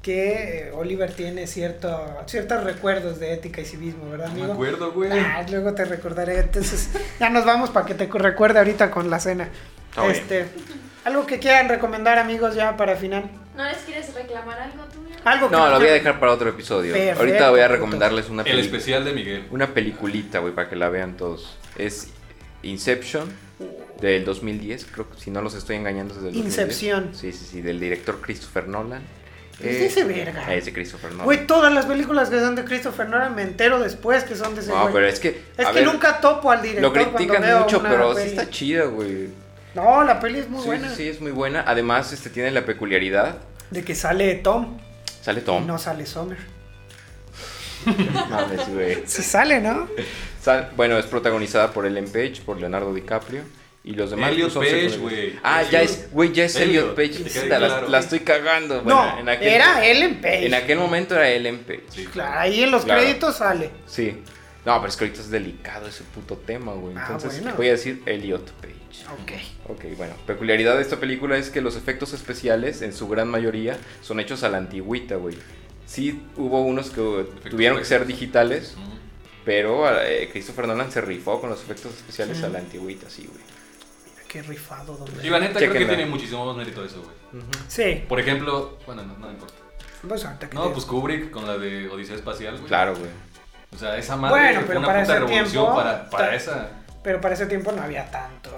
que eh, Oliver tiene cierto, ciertos recuerdos de ética y civismo, ¿verdad,
No
amigo?
me acuerdo, güey.
Ah, luego te recordaré. Entonces, ya nos vamos para que te cu- recuerde ahorita con la cena.
Está bien.
este, algo que quieran recomendar, amigos, ya para final.
¿No les quieres reclamar algo tú, mi amor?
Algo que
No, lo voy a
quieran-
dejar para otro episodio.
Perfecto,
Ahorita voy a
puto.
recomendarles una,
El
peli-
especial de Miguel.
una peliculita, güey, para que la vean todos. Es Inception del 2010, creo que si no los estoy engañando es del 2010.
Incepción. Pues
Sí, sí, sí, del director Christopher Nolan.
Es de ese verga.
ah, Es de Christopher Nolan.
Güey, todas las películas que son de Christopher Nolan me entero después que son de ese
no,
güey.
pero es que
Es
a
que
ver,
nunca topo al director.
lo
cuando
critican
veo
mucho,
una
pero sí
peli.
está chida, güey.
No, la peli es muy
Sí,
buena.
sí, sí, es muy buena. Además, este tiene la peculiaridad
De que sale Tom,
sale Tom.
y no sale Summer.
[laughs] Mames, güey.
Sí sale, ¿no?
Sal- bueno, es protagonizada por Ellen Page, por Leonardo DiCaprio. Y los demás pues,
Elliot
son
Page,
secundarios.
güey.
Ah, ya
Elliot.
es, güey, ya es Elliot,
Elliot,
Page.
que quede
Puta, la,
claro.
la estoy cagando. Bueno,
no,
en aquel,
era Ellen Page.
En aquel momento era Ellen Page.
Sí.
Claro, ahí en los
Claro.
créditos sale.
Sí. No, pero es que ahorita es delicado ese puto tema, güey.
Ah,
Entonces
bueno.
voy a decir Elliot Page.
Ok.
Ok, bueno. Peculiaridad de esta película es que los efectos especiales, en su gran mayoría, son hechos a la antigüita, güey. Sí hubo unos que eh, tuvieron que ser
prácticos.
digitales,
Mm.
Pero eh, Christopher Nolan se rifó con los efectos especiales
Sí.
a la antigüita, sí, güey.
Qué rifado, don
Y la neta creo
Chéquenla.
que tiene muchísimo más mérito eso, güey.
Sí,
Por ejemplo, bueno, no, no importa.
pues ahorita que
No,
te-
pues Kubrick con la de Odisea Espacial, güey.
Claro, güey.
O sea, esa madre
Bueno,
fue
pero
una
para
puta
ese
revolución
tiempo,
para, para
ta-
esa.
Pero para ese tiempo no había tantos.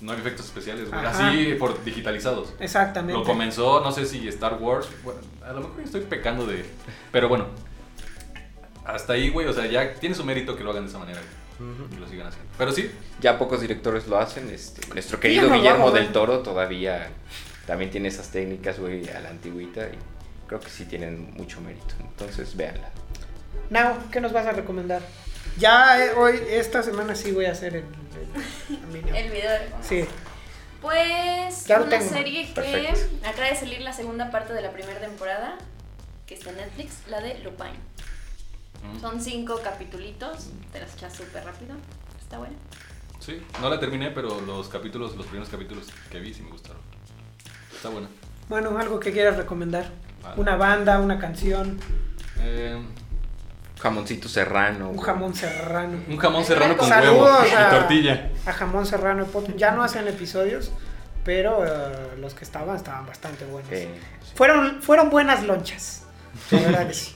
No hay efectos especiales, güey.
Ajá.
Así por digitalizados.
Exactamente.
Lo comenzó, no sé si Star Wars. Bueno, a lo mejor estoy pecando de. Pero bueno. Hasta ahí, güey. O sea, ya tiene su mérito que lo hagan de esa manera, güey. Y lo sigan haciendo. Pero sí,
Ya pocos directores lo hacen. Este, nuestro querido
ya nos
Guillermo
vamos,
del
güey.
Toro todavía también tiene esas técnicas, güey, a la antigüita. Y creo que sí tienen mucho mérito. Entonces, véanla.
Now, ¿qué nos vas a recomendar? Ya eh, hoy, esta semana sí voy a hacer el. el- el video.
El video. de-
Sí.
Pues
Ya lo
una
tengo.
serie que
Perfecto.
acaba de salir la segunda parte de la primera temporada, que está en Netflix, la de Lupin.
Mm.
Son cinco capitulitos, te las echas súper rápido. Está bueno.
sí. No la terminé, pero los capítulos, los primeros capítulos que vi sí me gustaron. Está buena.
Bueno, algo que quieras recomendar.
Vale.
Una banda, una canción.
Eh,
Jamoncito serrano.
Un
güey.
jamón serrano.
Un jamón serrano con
Saludos
huevo y
a-
tortilla.
A jamón serrano. Pot- Ya no hacen episodios, pero eh, los que estaban estaban bastante buenos.
Eh,
Fueron, fueron buenas lonchas. La verdad que
[laughs]
sí.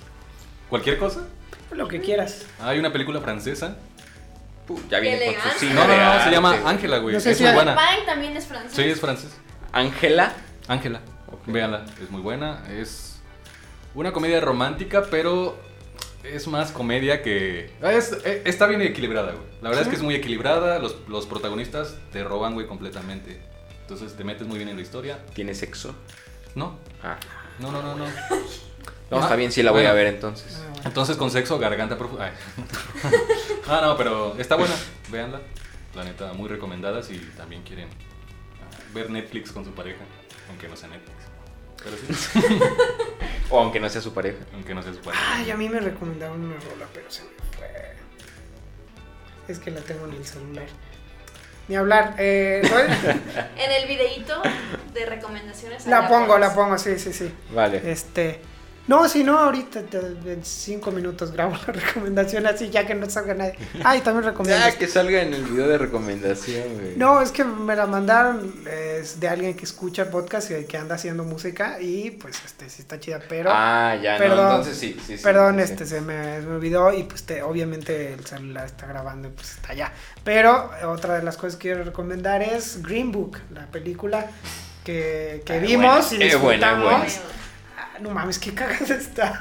¿Cualquier cosa? Ah,
Lo que quieras.
Hay una película francesa. Ah,
pu, ya viene con su
elegante.
cine
No, no,
de
no, se
arte,
llama
güey.
Ángela, güey.
No sé
Es
si
muy
hay-
buena.
Pine también es francés.
Sí, es francés.
Ángela.
Ángela, véanla, es muy buena. Es una comedia romántica, pero es más comedia que... es- eh, está bien equilibrada, güey. La verdad es que es muy equilibrada, los, los protagonistas te roban, güey, completamente. Entonces te metes muy bien en la historia.
¿Tiene sexo?
No,
Ah.
no, no, no, no.
No,
Ah,
está bien, sí la voy
bueno.
a ver entonces.
Ah, bueno.
Entonces con sexo, garganta [laughs] profunda... no, no, pero está buena, véanla. La neta, muy recomendada si también quieren ah, ver Netflix con su pareja, aunque no sea Netflix. Pero sí,
O aunque no sea su pareja.
aunque no sea su pareja.
Ay, a mí me recomendaron una rola, pero se me fue. Es que la tengo en el celular. Ni hablar. eh,
[laughs]
¿no?
En el videíto de recomendaciones. ahí
la pongo,
pones.
la pongo, sí, sí, sí.
Vale.
Este. No, si no, ahorita te- en cinco minutos grabo la [laughs] recomendación así, ya que no salga nadie. Ay, también recomiendo.
Ya Ah, que salga en el video de recomendación, güey.
eh, No, es que me la mandaron es de alguien que escucha el podcast y que anda haciendo música y pues este sí está chida, pero
Ah, ya,
Perdón.
no, entonces sí, sí, sí,
perdón,
sí.
este se me, se me olvidó y pues te- obviamente el celular está grabando y pues está allá. Pero eh, otra de las cosas que quiero recomendar es Green Book, la película que, que
Ah,
vimos
buena,
y
es buena, es
disfrutamos.
buena.
Ah, no mames, qué cagada está.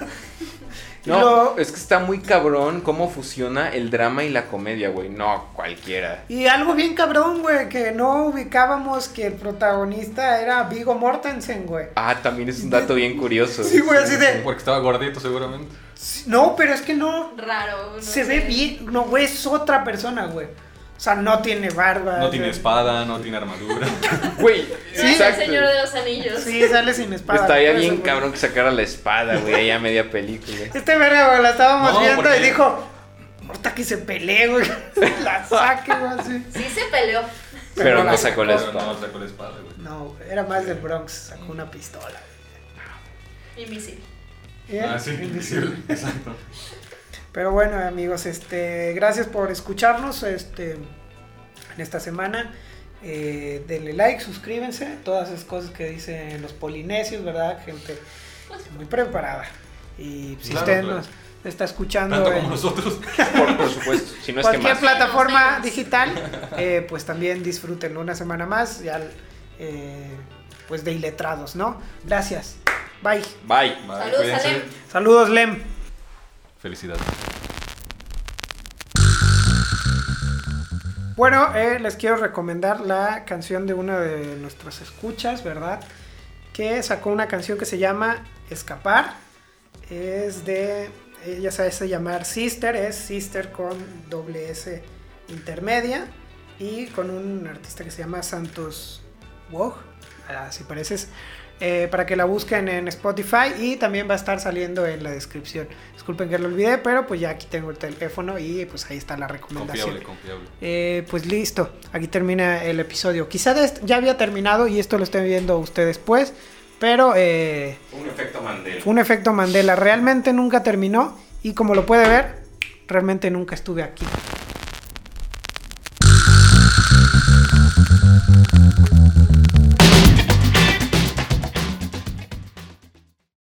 No,
Lo-
es que está muy cabrón cómo fusiona el drama y la comedia, güey. No, cualquiera.
Y algo bien cabrón, güey, que no ubicábamos que el protagonista era Vigo Mortensen, güey.
Ah, también es un dato bien curioso.
Sí, güey, así de...
Porque estaba gordito seguramente.
Sí, No, pero es que no.
Raro. no
se
sé.
ve bien. No, güey, es otra persona, güey. O sea, no tiene barba.
No tiene
o sea,
espada, no
[laughs]
tiene armadura.
Güey,
No es el señor de los anillos.
Sí, sale sin espada.
Estaría
por eso,
bien
güey.
cabrón que sacara la espada, güey, ahí a media película.
Este verga, güey, la estábamos
No,
viendo
porque-
y dijo. Ahorita que se pelee, güey. [laughs] La saque, güey, así.
Sí se peleó.
Pero no sacó la
Pero
espada.
no sacó la espada, güey.
No, era más del Bronx. Sacó una pistola.
Invisible.
¿Eh?
Ah, sí, invisible. Exacto.
Pero bueno, amigos, este, gracias por escucharnos este, en esta semana. Eh, denle like, suscríbense, todas esas cosas que dicen los polinesios, ¿verdad? Gente muy preparada. Y si
Claro,
usted
claro.
nos está escuchando
Tanto
en
como nosotros.
Por, por supuesto, si no es que
cualquier
más.
plataforma
Menos.
digital, eh, pues también disfrútenlo una semana más, ya eh, pues de iletrados, ¿no? Gracias. Bye.
Bye.
Vale,
Saludos,
cuídense.
Alem.
Saludos, Lem.
Felicidades.
Bueno, eh, les quiero recomendar la canción de una de nuestras escuchas, ¿verdad? Que sacó una canción que se llama Escapar. Es de, ella se hace llamar Sister, es Sister con doble S intermedia y con un artista que se llama Santos Wog, ah, si pareces, eh, para que la busquen en Spotify y también va a estar saliendo en la descripción. Disculpen que lo olvidé, pero pues ya aquí tengo el teléfono y pues ahí está la recomendación.
Confiable, confiable.
Eh, pues listo, aquí termina el episodio. Quizá de est- ya había terminado y esto lo estén viendo ustedes después, pero eh,
Un efecto Mandela.
fue un efecto Mandela. Realmente nunca terminó y como lo puede ver, realmente nunca estuve aquí.